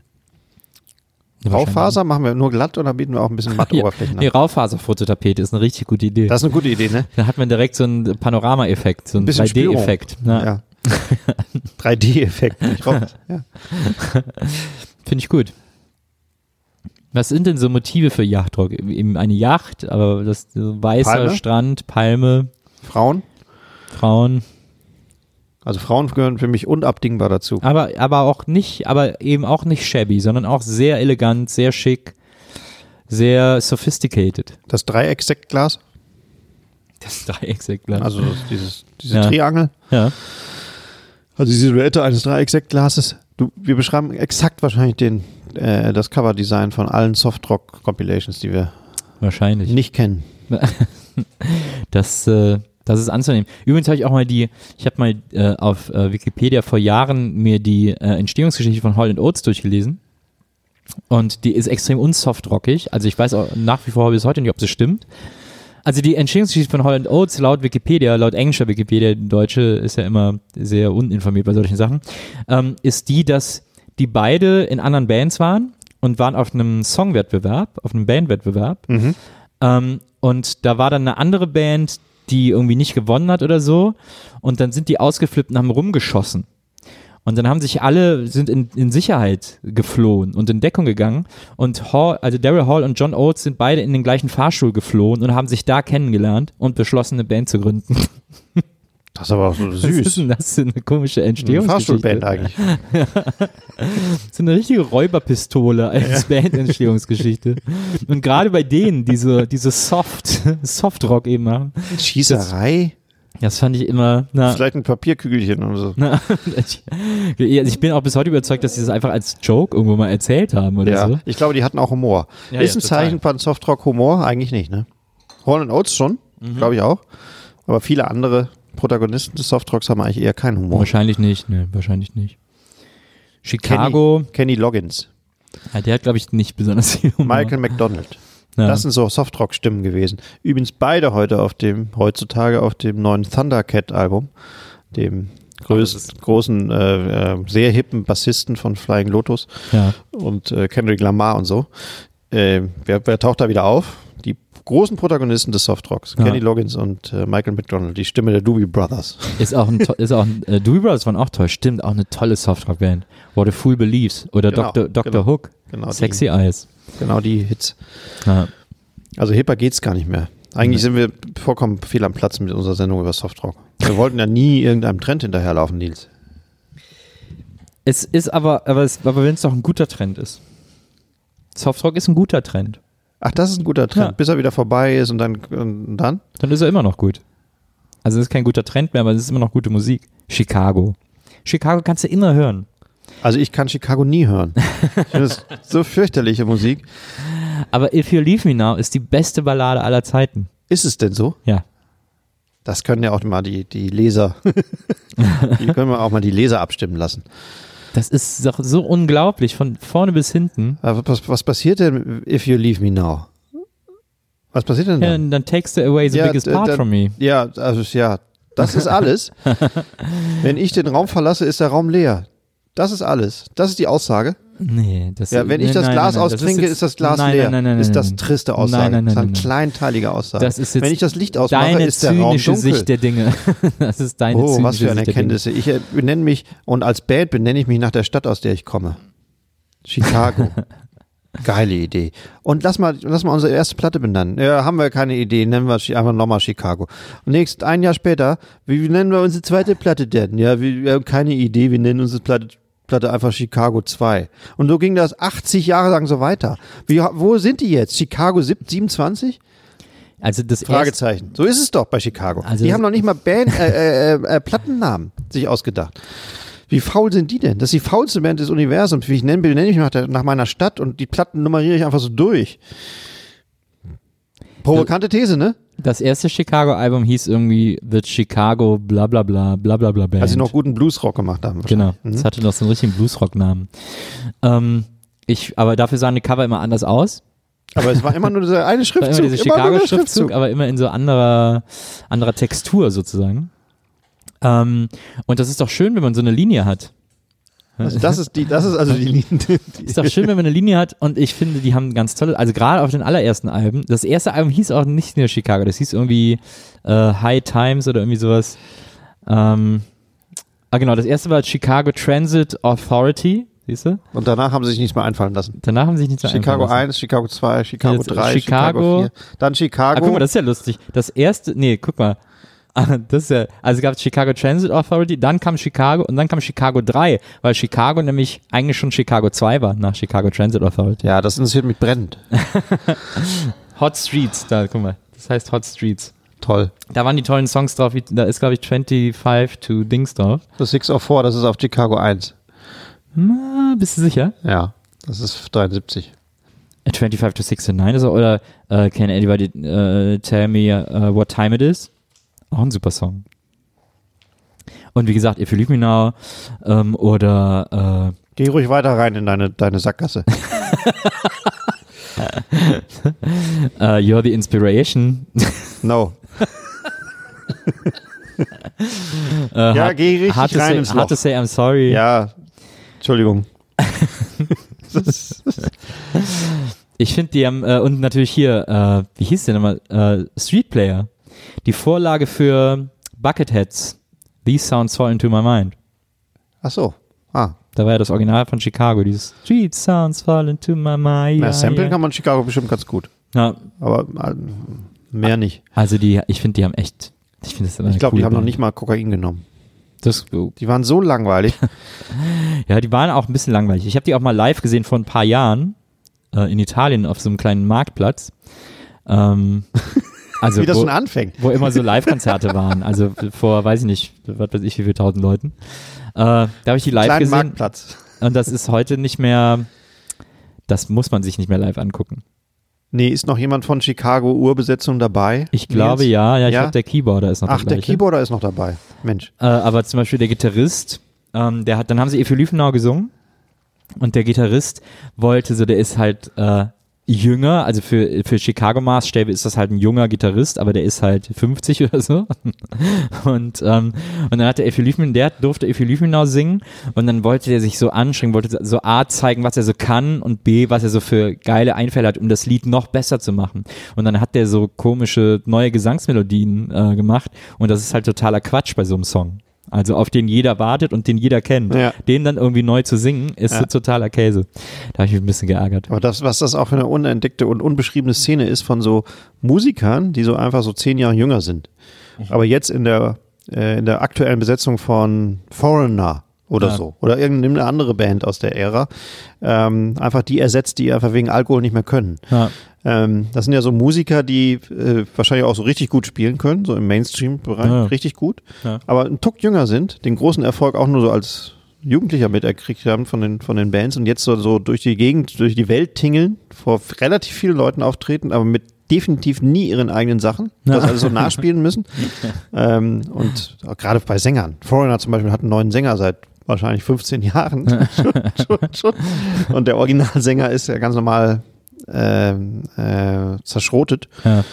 Speaker 2: Wahrscheinlich.
Speaker 3: Raufaser machen wir nur glatt oder bieten wir auch ein bisschen matte
Speaker 2: Ja,
Speaker 3: Oberflächen
Speaker 2: nee,
Speaker 3: an?
Speaker 2: Raufaserfototapete ist eine richtig gute Idee.
Speaker 3: Das ist eine gute Idee, ne?
Speaker 2: Da hat man direkt so einen Panorama-Effekt, so einen ne?
Speaker 3: bisschen
Speaker 2: 3D-Effekt. Ja,
Speaker 3: Ja. 3D-Effekt. nicht raus. Ja.
Speaker 2: Finde ich gut. Was sind denn so Motive für Yachtrock? Eben eine Yacht, aber das so weißer
Speaker 3: Palme?
Speaker 2: Strand, Palme,
Speaker 3: Frauen?
Speaker 2: Frauen,
Speaker 3: Also Frauen gehören für mich unabdingbar dazu.
Speaker 2: aber, aber auch nicht, aber eben auch nicht shabby, sondern auch sehr elegant, sehr schick, sehr sophisticated.
Speaker 3: Das Dreiecksektglas,
Speaker 2: Das Dreiecksektglas.
Speaker 3: also dieses, diese
Speaker 2: Ja.
Speaker 3: Triangel,
Speaker 2: ja.
Speaker 3: also die Silhouette eines Dreiecksektglases. Du, wir beschreiben exakt wahrscheinlich den, äh, das Coverdesign von allen Softrock-Compilations, die wir
Speaker 2: Wahrscheinlich.
Speaker 3: nicht kennen.
Speaker 2: Das, äh, das ist anzunehmen. Übrigens habe ich auch mal die, ich habe mal äh, auf äh, Wikipedia vor Jahren mir die äh, Entstehungsgeschichte von Holland Oates durchgelesen. Und die ist extrem unsoftrockig. Also ich weiß auch nach wie vor bis heute nicht, ob sie stimmt. Also die Entstehungsgeschichte von Holland Oates laut Wikipedia, laut englischer Wikipedia, Deutsche ist ja immer sehr uninformiert bei solchen Sachen, ähm, ist die, dass die beide in anderen Bands waren und waren auf einem Songwettbewerb, auf einem Bandwettbewerb ähm, und da war dann eine andere Band, die irgendwie nicht gewonnen hat oder so. Und dann sind die ausgeflippt und haben rumgeschossen. Und dann haben sich alle, sind in, in Sicherheit geflohen und in Deckung gegangen. Und Hall, also Daryl Hall und John Oates sind beide in den gleichen Fahrstuhl geflohen und haben sich da kennengelernt und beschlossen, eine Band zu gründen.
Speaker 3: Das ist aber auch so
Speaker 2: Was ist
Speaker 3: süß.
Speaker 2: denn das für eine komische
Speaker 3: Eine
Speaker 2: Entstehungsgeschichte?
Speaker 3: Fahrstuhlband halt. eigentlich.
Speaker 2: So eine richtige Räuberpistole als Bandentstehungsgeschichte. Und gerade bei denen, die so, diese Soft, Softrock eben machen,
Speaker 3: Schießerei,
Speaker 2: Das fand ich immer. Na,
Speaker 3: vielleicht ein Papierkügelchen oder so.
Speaker 2: na, Ne? ich, ja, ich bin auch bis heute überzeugt, dass sie das einfach als Joke irgendwo mal erzählt haben oder
Speaker 3: Ja,
Speaker 2: so.
Speaker 3: ich glaube, die hatten auch Humor.
Speaker 2: Ja,
Speaker 3: ist
Speaker 2: ja,
Speaker 3: ein
Speaker 2: total.
Speaker 3: Zeichen von Softrock Humor? Eigentlich nicht, ne? Horn Oates schon,
Speaker 2: Mhm.
Speaker 3: glaube ich auch. Aber viele andere Protagonisten des Softrocks haben eigentlich eher keinen Humor.
Speaker 2: Wahrscheinlich nicht, ne, wahrscheinlich nicht. Chicago,
Speaker 3: Kenny Loggins,
Speaker 2: ja, der hat, glaube ich, nicht besonders viel Humor.
Speaker 3: Michael McDonald.
Speaker 2: Genau. Ja.
Speaker 3: Das sind so Softrock-Stimmen gewesen. Übrigens beide heute auf dem, heutzutage auf dem neuen Thundercat-Album, dem größten, großen, äh, äh, sehr hippen Bassisten von Flying Lotus.
Speaker 2: ja.
Speaker 3: und äh, Kendrick Lamar und so. Äh, wer, wer taucht da wieder auf? Die großen Protagonisten des Softrocks,
Speaker 2: Ja.
Speaker 3: Kenny Loggins und äh, Michael McDonald, die Stimme der Doobie Brothers.
Speaker 2: Ist auch ein, to- ist auch ein äh, Doobie Brothers waren auch toll, stimmt, auch eine tolle Softrock-Band. What a Fool Believes oder
Speaker 3: Genau,
Speaker 2: Dr. Dr.
Speaker 3: genau.
Speaker 2: Hook,
Speaker 3: Genau
Speaker 2: Sexy Eyes.
Speaker 3: Die, genau die Hits.
Speaker 2: Ja.
Speaker 3: Also hipper geht's gar nicht mehr. Eigentlich sind wir vollkommen fehl am Platz mit unserer Sendung über Softrock. Wir wollten ja nie irgendeinem Trend hinterherlaufen, Nils.
Speaker 2: Es ist aber, aber, es- aber wenn es doch ein guter Trend ist. Softrock ist ein guter Trend.
Speaker 3: Ach, das ist ein guter Trend,
Speaker 2: Ja.
Speaker 3: bis er wieder vorbei ist und dann, und dann?
Speaker 2: dann ist er immer noch gut. Also es ist kein guter Trend mehr, aber es ist immer noch gute Musik. Chicago. Chicago kannst du immer hören.
Speaker 3: Also ich kann Chicago nie hören. Ich finde das so fürchterliche Musik.
Speaker 2: Aber If You Leave Me Now ist die beste Ballade aller Zeiten.
Speaker 3: Ist es denn so?
Speaker 2: Ja.
Speaker 3: Das können ja auch mal die, die Leser, die können wir auch mal die Leser abstimmen lassen.
Speaker 2: Das ist doch so unglaublich, von vorne bis hinten.
Speaker 3: Aber Äh, was, was passiert denn, if you leave me now? Was passiert denn
Speaker 2: Ja,
Speaker 3: dann?
Speaker 2: und dann takes it away the biggest
Speaker 3: d-
Speaker 2: part
Speaker 3: dann-
Speaker 2: from me.
Speaker 3: Ja, also ja, das ist alles. wenn ich den Raum verlasse, ist der Raum leer. Das ist alles. Das ist die Aussage.
Speaker 2: Nee, das
Speaker 3: Ja, wenn ich
Speaker 2: nee,
Speaker 3: das
Speaker 2: nein,
Speaker 3: Glas
Speaker 2: nein, nein, das
Speaker 3: austrinke,
Speaker 2: jetzt-
Speaker 3: ist, das Glas
Speaker 2: nein,
Speaker 3: leer.
Speaker 2: Nein, nein, nein,
Speaker 3: ist
Speaker 2: nein,
Speaker 3: das
Speaker 2: nein.
Speaker 3: triste Aussage.
Speaker 2: Nein, nein,
Speaker 3: das ist
Speaker 2: nein,
Speaker 3: eine
Speaker 2: nein.
Speaker 3: kleinteilige Aussage.
Speaker 2: Das ist jetzt
Speaker 3: wenn ich das Licht ausmache,
Speaker 2: Deine
Speaker 3: ist der Raum
Speaker 2: zynische
Speaker 3: dunkel.
Speaker 2: Sicht der Dinge. Das ist deine
Speaker 3: Oh,
Speaker 2: zynische
Speaker 3: was für eine
Speaker 2: Sicht der Dinge.
Speaker 3: Erkenntnis. Ich äh, benenne mich und als Band benenne ich mich nach der Stadt, aus der ich komme. Chicago. Geile Idee. Und lass mal, lass mal unsere erste Platte benennen. Ja, haben wir keine Idee, nennen wir Chi- einfach nochmal Chicago. Und nächst, ein Jahr später, wie, wie nennen wir unsere zweite Platte denn? Ja, wir, wir haben keine Idee, wir nennen unsere Platte, Platte einfach Chicago 2. Und so ging das 80 Jahre lang so weiter. Wie, wo sind die jetzt? Chicago 7- 27?
Speaker 2: Also das erste,
Speaker 3: Fragezeichen. So ist es doch bei Chicago.
Speaker 2: Also
Speaker 3: die
Speaker 2: das-
Speaker 3: haben noch nicht mal Band, äh, äh, äh, Plattennamen sich ausgedacht. Wie faul sind die denn? Das ist die faulste Band des Universums. Wie ich nenne, benenne ich mich nach, der, nach meiner Stadt und die Platten nummeriere ich einfach so durch. Provokante These, ne?
Speaker 2: das erste Chicago-Album hieß irgendwie The Chicago bla bla bla bla bla bla Band.
Speaker 3: Als sie noch Mhm. guten Bluesrock gemacht haben.
Speaker 2: Genau, das hatte noch so einen richtigen Bluesrock-Namen. Ähm, ich, aber dafür sahen die Cover immer anders aus.
Speaker 3: Aber es war immer nur dieser
Speaker 2: War
Speaker 3: eine
Speaker 2: immer
Speaker 3: Schriftzug.
Speaker 2: dieser
Speaker 3: Immer nur der
Speaker 2: Chicago-Schriftzug, aber immer in so anderer, anderer Textur sozusagen. Ähm, und das ist doch schön, wenn man so eine Linie hat.
Speaker 3: Also das, ist die, das ist also die, die, die
Speaker 2: Ist doch schön, wenn man eine Linie hat und ich finde, die haben ganz tolle, also gerade auf den allerersten Alben, das erste Album hieß auch nicht nur Chicago, das hieß irgendwie äh, High Times oder irgendwie sowas. Ähm, ah genau, das erste war Chicago Transit Authority, siehst du?
Speaker 3: Und danach haben sie sich nichts mehr einfallen lassen.
Speaker 2: Danach haben sie sich nicht so einfallen
Speaker 3: Chicago
Speaker 2: lassen.
Speaker 3: 1, Chicago 2, Chicago
Speaker 2: Jetzt
Speaker 3: 3,
Speaker 2: Chicago.
Speaker 3: Chicago 4. Dann
Speaker 2: Ah,
Speaker 3: Chicago.
Speaker 2: guck mal, das ist ja lustig. Das erste, nee, guck mal. Ah, Das ist ja, also gab es Chicago Transit Authority, dann kam Chicago und dann kam Chicago 3, weil Chicago nämlich eigentlich schon Chicago 2 war nach Chicago Transit Authority.
Speaker 3: ja, das interessiert mich brennend.
Speaker 2: Hot Streets, da guck mal, das heißt Hot Streets.
Speaker 3: Toll.
Speaker 2: Da waren die tollen Songs drauf, wie, da ist glaube ich 25 to Dings drauf.
Speaker 3: Das 604, das ist auf Chicago 1.
Speaker 2: Na, Ah, bist du sicher?
Speaker 3: Ja, das ist 73.
Speaker 2: 25 Äh, to 69 ist er, oder äh, Can anybody äh, tell me äh, what time it is? Auch ein super Song. Und wie gesagt, If You Leave Me Now ähm, oder äh,
Speaker 3: Geh ruhig weiter rein in deine, deine Sackgasse.
Speaker 2: äh, You're the Inspiration.
Speaker 3: No.
Speaker 2: Äh,
Speaker 3: Ja,
Speaker 2: hard-
Speaker 3: geh richtig
Speaker 2: hard to
Speaker 3: rein
Speaker 2: say,
Speaker 3: ins
Speaker 2: Hard
Speaker 3: Loch.
Speaker 2: to say I'm sorry.
Speaker 3: Ja, Entschuldigung.
Speaker 2: Ich finde, die haben, äh, und natürlich hier, äh, wie hieß der nochmal? Äh, Street Player. Die Vorlage für Bucketheads. These sounds fall into my mind.
Speaker 3: Ach so. Ah,
Speaker 2: Da war ja das Original von Chicago, dieses Street sounds fall into my mind.
Speaker 3: na, Samplen kann man in Chicago bestimmt ganz gut.
Speaker 2: Na,
Speaker 3: Aber äh, mehr nicht.
Speaker 2: also die, ich finde, die haben echt, ich finde das immer
Speaker 3: Ich
Speaker 2: eine
Speaker 3: glaube,
Speaker 2: coole
Speaker 3: die haben noch
Speaker 2: Band.
Speaker 3: nicht mal Kokain genommen.
Speaker 2: Das,
Speaker 3: Die waren so langweilig.
Speaker 2: Also ja, die waren auch ein bisschen langweilig. Ich habe die auch mal live gesehen vor ein paar Jahren äh, in Italien auf so einem kleinen Marktplatz. Ähm, also
Speaker 3: Wie das
Speaker 2: wo,
Speaker 3: schon anfängt.
Speaker 2: wo immer so Live-Konzerte waren. Also vor, weiß ich nicht, was weiß ich, wie viel tausend Leuten. Äh, da habe ich die live
Speaker 3: Kleinen
Speaker 2: gesehen
Speaker 3: Marktplatz.
Speaker 2: und das ist heute nicht mehr, das muss man sich nicht mehr live angucken.
Speaker 3: Nee, ist noch jemand von Chicago Urbesetzung dabei?
Speaker 2: Ich glaube
Speaker 3: Nils?
Speaker 2: ja, ja, ich
Speaker 3: Ja?
Speaker 2: glaube der Keyboarder ist noch
Speaker 3: Ach, der
Speaker 2: gleiche.
Speaker 3: Keyboarder ist noch dabei. Mensch.
Speaker 2: ne? Äh, aber zum Beispiel der Gitarrist, ähm, der hat, dann haben sie Efe Lüfenau gesungen und der Gitarrist wollte so, der ist halt äh, jünger, also für, für Chicago-Maßstäbe ist das halt ein junger Gitarrist, aber der ist halt 50 oder so. Und, ähm, und dann hat der Efe Lüfenau, der durfte Efe Lüfenau singen und dann wollte der sich so anstrengen, wollte so A zeigen, was er so kann und B, was er so für geile Einfälle hat, um das Lied noch besser zu machen. Und dann hat der so komische neue Gesangsmelodien äh, gemacht und das ist halt totaler Quatsch bei so einem Song. Also auf den jeder wartet und den jeder kennt.
Speaker 3: Ja.
Speaker 2: Den dann irgendwie neu zu singen, ist so totaler Käse. Da habe ich mich ein bisschen geärgert.
Speaker 3: Aber das, was das auch für eine unentdeckte und unbeschriebene Szene ist von so Musikern, die so einfach so zehn Jahre jünger sind.
Speaker 2: Mhm.
Speaker 3: Aber jetzt in der, äh, in der aktuellen Besetzung von Foreigner oder so oder irgendeine andere Band aus der Ära, ähm, einfach die ersetzt, die einfach wegen Alkohol nicht mehr können.
Speaker 2: Ja.
Speaker 3: Ähm, das sind ja so Musiker, die äh, wahrscheinlich auch so richtig gut spielen können, so im Mainstream-Bereich
Speaker 2: Ja.
Speaker 3: richtig gut,
Speaker 2: Ja.
Speaker 3: aber ein Tuck jünger sind, den großen Erfolg auch nur so als Jugendlicher miterkriegt haben von den, von den Bands und jetzt so, so durch die Gegend, durch die Welt tingeln, vor relativ vielen Leuten auftreten, aber mit definitiv nie ihren eigenen Sachen, das alles so nachspielen müssen. ähm, und auch gerade bei Sängern. Foreigner zum Beispiel hat einen neuen Sänger seit wahrscheinlich 15 Jahren. schon, schon, schon. Und der Originalsänger ist ja ganz normal ähm, äh, zerschrotet.
Speaker 2: Ja.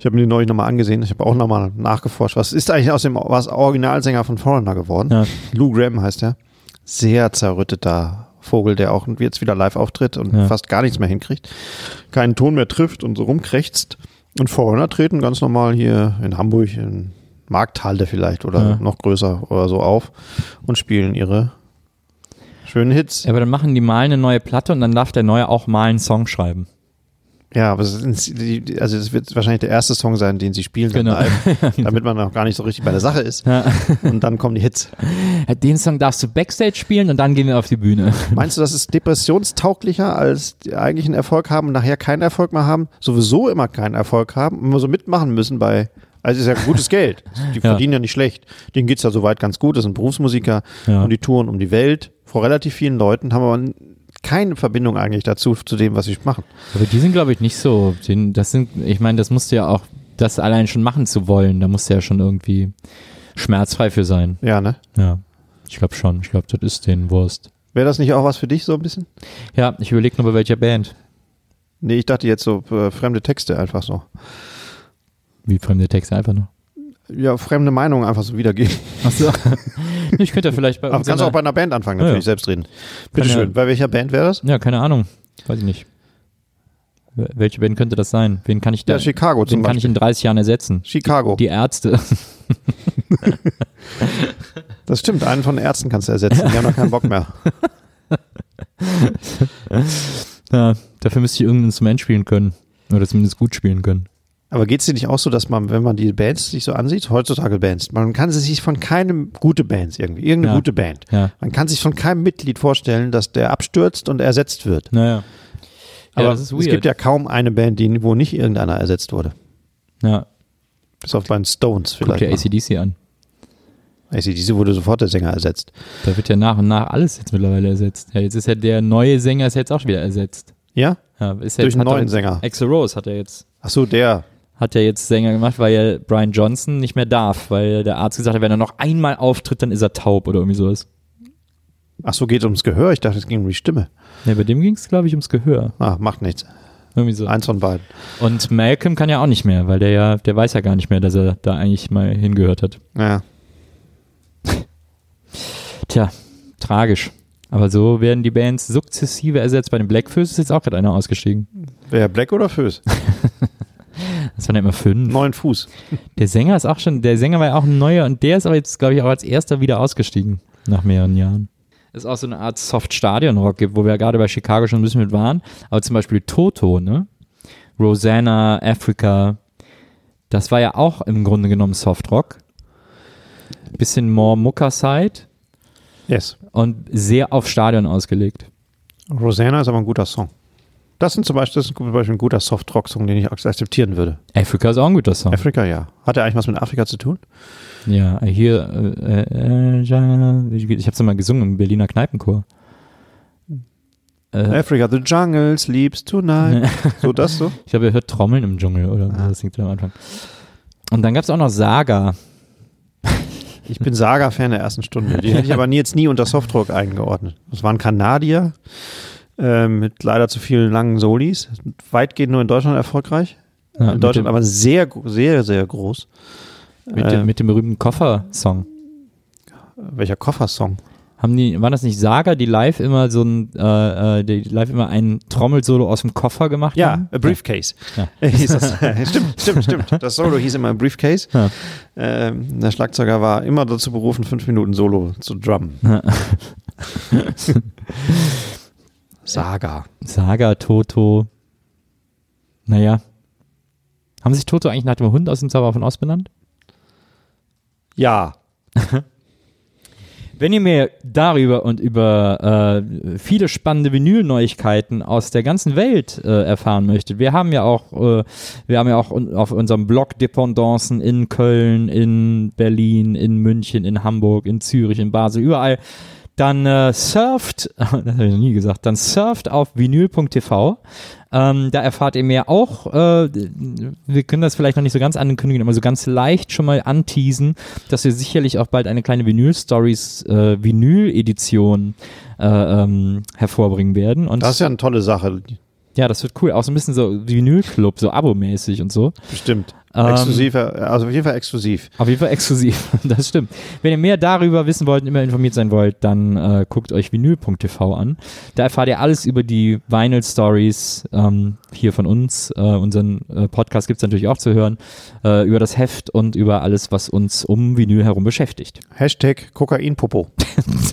Speaker 3: Ich habe mir die neulich nochmal angesehen. Ich habe auch nochmal nachgeforscht. Was ist eigentlich aus dem was Originalsänger von Foreigner geworden?
Speaker 2: Ja.
Speaker 3: Lou Graham heißt er. Sehr zerrütteter Vogel, der auch jetzt wieder live auftritt und
Speaker 2: Ja.
Speaker 3: fast gar nichts mehr hinkriegt. Keinen Ton mehr trifft und so rumkrächzt. Und Foreigner treten ganz normal hier in Hamburg, in Markthalde vielleicht oder
Speaker 2: Ja.
Speaker 3: noch größer oder so auf und spielen ihre schönen Hits.
Speaker 2: Ja, aber dann machen die mal eine neue Platte und dann darf der Neue auch mal einen Song schreiben.
Speaker 3: Ja, aber es ist, die- die- also es wird wahrscheinlich der erste Song sein, den sie spielen dann
Speaker 2: Genau.
Speaker 3: live, damit man auch gar nicht so richtig bei der Sache ist. Und dann kommen die Hits.
Speaker 2: Äh, Den Song darfst du Backstage spielen und dann gehen wir auf die Bühne.
Speaker 3: Meinst du, das ist depressionstauglicher, als die eigentlichen Erfolg haben und nachher keinen Erfolg mehr haben, sowieso immer keinen Erfolg haben, und immer so mitmachen müssen bei, also es ist ja gutes Geld. Die verdienen ja nicht schlecht. Denen geht's ja soweit ganz gut, das sind Berufsmusiker
Speaker 2: Ja.
Speaker 3: und die touren um die Welt vor relativ vielen Leuten, haben aber keine Verbindung eigentlich dazu, zu dem, was sie machen.
Speaker 2: Aber die sind, glaube ich, nicht so. Den, das sind, ich meine, das musst du ja auch, das allein schon machen zu wollen, da musst du ja schon irgendwie schmerzfrei für sein.
Speaker 3: Ja, ne?
Speaker 2: Ja. Ich glaube schon. Ich glaube, das ist den Wurst.
Speaker 3: Wäre das nicht auch was für dich so ein bisschen?
Speaker 2: Ja, ich überlege nur bei welcher Band.
Speaker 3: Nee, ich dachte jetzt so äh, fremde Texte einfach so.
Speaker 2: Wie fremde Texte einfach nur.
Speaker 3: ja, fremde Meinungen einfach so wiedergeben.
Speaker 2: Achso. ich könnte ja vielleicht bei
Speaker 3: Aber
Speaker 2: uns.
Speaker 3: kannst
Speaker 2: in
Speaker 3: auch bei
Speaker 2: der-
Speaker 3: einer Band anfangen,
Speaker 2: genau. Ja,
Speaker 3: natürlich,
Speaker 2: ja.
Speaker 3: selbst reden. Bitte
Speaker 2: ja-
Speaker 3: schön, bei welcher Band wäre das?
Speaker 2: ja, keine Ahnung. Weiß ich nicht. Wel- Welche Band könnte das sein? Wen kann ich da?
Speaker 3: Ja, Chicago
Speaker 2: wen
Speaker 3: zum
Speaker 2: kann ich
Speaker 3: Beispiel.
Speaker 2: in 30 Jahren ersetzen?
Speaker 3: Chicago.
Speaker 2: Die Ärzte.
Speaker 3: Das stimmt, einen von den Ärzten kannst du ersetzen, die haben noch keinen Bock mehr.
Speaker 2: Ja, dafür müsste ich irgendein Instrument spielen können. Oder zumindest gut spielen können.
Speaker 3: Aber geht's dir nicht auch so, dass man, wenn man die Bands sich so ansieht, heutzutage Bands, man kann sie sich von keinem, gute Bands irgendwie, irgendeine
Speaker 2: Ja.
Speaker 3: gute Band,
Speaker 2: Ja.
Speaker 3: man kann sich von keinem Mitglied vorstellen, dass der abstürzt und ersetzt wird.
Speaker 2: Naja.
Speaker 3: Aber
Speaker 2: ja, das ist weird.
Speaker 3: es gibt ja kaum eine Band, die, wo nicht irgendeiner ersetzt wurde.
Speaker 2: ja
Speaker 3: Bis auf bei den Stones
Speaker 2: guck
Speaker 3: vielleicht.
Speaker 2: dir
Speaker 3: mal.
Speaker 2: ACDC an.
Speaker 3: ACDC wurde sofort der Sänger ersetzt.
Speaker 2: Da wird ja nach und nach alles jetzt mittlerweile ersetzt. Ja, jetzt ist ja der neue Sänger ist jetzt auch wieder ersetzt.
Speaker 3: Ja?
Speaker 2: Ja, ist
Speaker 3: Durch einen
Speaker 2: hat er
Speaker 3: neuen
Speaker 2: jetzt-
Speaker 3: Sänger.
Speaker 2: Axel Rose hat er jetzt
Speaker 3: Ach so, der.
Speaker 2: hat er jetzt Sänger gemacht, weil ja Brian Johnson nicht mehr darf, weil der Arzt gesagt hat, wenn er noch einmal auftritt, dann ist er taub oder irgendwie sowas.
Speaker 3: Ach so, geht ums Gehör. Ich dachte, es ging um die Stimme.
Speaker 2: Ja, bei dem ging es, glaube ich, ums Gehör.
Speaker 3: Ah, macht nichts.
Speaker 2: Irgendwie so.
Speaker 3: Eins von beiden.
Speaker 2: Und Malcolm kann ja auch nicht mehr, weil der ja, der weiß ja gar nicht mehr, dass er da eigentlich mal hingehört hat.
Speaker 3: Ja.
Speaker 2: Tja, tragisch. Aber so werden die Bands sukzessive ersetzt. Bei den Blackfoes ist jetzt auch gerade einer ausgestiegen.
Speaker 3: Wer Black oder Föß?
Speaker 2: Das waren ja immer fünf.
Speaker 3: Neun Fuß.
Speaker 2: Der Sänger ist auch schon, der Sänger war ja auch ein neuer und der ist aber jetzt, glaube ich, auch als erster wieder ausgestiegen nach mehreren Jahren. Es ist auch so eine Art Soft-Stadion-Rock gibt, wo wir ja gerade bei Chicago schon ein bisschen mit waren. Aber zum Beispiel Toto, ne? Rosanna, Africa, das war ja auch im Grunde genommen Soft-Rock. Bisschen more Mucker-Side
Speaker 3: Yes.
Speaker 2: und sehr auf Stadion ausgelegt.
Speaker 3: Rosanna ist aber ein guter Song. Das, sind zum Beispiel, das ist zum Beispiel ein guter Soft-Rock-Song, den ich akzeptieren würde.
Speaker 2: Africa ist auch ein guter Song.
Speaker 3: Afrika, ja. Hat er eigentlich was mit Afrika zu tun?
Speaker 2: Ja, hier, äh, äh, ich hab's ja mal gesungen im Berliner Kneipenchor. Äh,
Speaker 3: Africa, the jungle sleeps tonight. so, das so?
Speaker 2: Ich habe gehört Trommeln im Dschungel oder
Speaker 3: Ah.
Speaker 2: so, das singt er am Anfang. Und dann gab es auch noch Saga.
Speaker 3: Ich bin Saga-Fan der ersten Stunde. Die hätte ich aber nie, jetzt nie unter Soft-Rock eingeordnet. Das waren Kanadier äh, mit leider zu vielen langen Solis. Weitgehend nur in Deutschland erfolgreich.
Speaker 2: Ja,
Speaker 3: in
Speaker 2: mit
Speaker 3: Deutschland
Speaker 2: dem,
Speaker 3: aber sehr, gro- sehr, sehr groß.
Speaker 2: mit,
Speaker 3: äh,
Speaker 2: dem, mit dem berühmten Koffer-Song.
Speaker 3: Welcher Koffersong?
Speaker 2: Haben die, waren das nicht Saga, die live immer so ein, äh, äh, die live immer ein Trommelsolo aus dem Koffer gemacht haben?
Speaker 3: Mhm. Ja, A Briefcase.
Speaker 2: Ja.
Speaker 3: Hieß das. äh, stimmt, stimmt, stimmt. Das Solo hieß immer A Briefcase.
Speaker 2: Ja.
Speaker 3: Ähm, der Schlagzeuger war immer dazu berufen, fünf Minuten Solo zu drummen. Saga.
Speaker 2: Saga, Toto. Naja. Haben sich Toto eigentlich nach dem Hund aus dem Zauberer von Oz benannt?
Speaker 3: Ja.
Speaker 2: Wenn ihr mir darüber und über äh, viele spannende Vinyl-Neuigkeiten aus der ganzen Welt äh, erfahren möchtet, wir haben ja auch, äh, wir haben ja auch un auf unserem Blog Dependancen in Köln, in Berlin, in München, in Hamburg, in Zürich, in Basel, überall. Dann äh, surft, das habe ich noch nie gesagt, dann surft auf vinyl.tv. Ähm, da erfahrt ihr mehr auch. Äh, wir können das vielleicht noch nicht so ganz ankündigen, aber so ganz leicht schon mal anteasen, dass wir sicherlich auch bald eine kleine Vinyl-Stories, äh, Vinyl-Edition äh, ähm, hervorbringen werden. Und
Speaker 3: Das ist ja eine tolle Sache,
Speaker 2: ja, das wird cool. Auch so ein bisschen so Vinyl-Club, so abomäßig und so.
Speaker 3: bestimmt.
Speaker 2: Ähm.
Speaker 3: Exklusiv, äh, also auf jeden Fall exklusiv.
Speaker 2: Auf jeden Fall exklusiv, das stimmt. Wenn ihr mehr darüber wissen wollt und immer informiert sein wollt, dann äh, guckt euch vinyl.tv an. Da erfahrt ihr alles über die Vinyl Stories ähm, hier von uns. Äh, unseren äh, Podcast gibt's natürlich auch zu hören, äh, über das Heft und über alles, was uns um Vinyl herum beschäftigt.
Speaker 3: Hashtag Kokainpopo.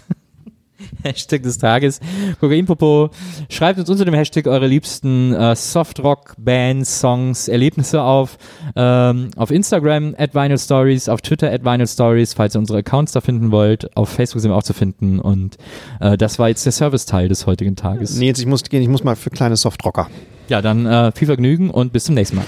Speaker 2: Hashtag des Tages, Kokainpopo. Schreibt uns unter dem Hashtag eure liebsten äh, Softrock, Bands, Songs, Erlebnisse auf. Ähm, auf Instagram at Vinyl Stories, auf Twitter at Vinyl Stories, falls ihr unsere Accounts da finden wollt. Auf Facebook sind wir auch zu finden. Und äh, das war jetzt der Service-Teil des heutigen Tages.
Speaker 3: Nils, ich muss gehen, ich muss mal für kleine Softrocker.
Speaker 2: Ja, dann äh, viel Vergnügen und bis zum nächsten Mal.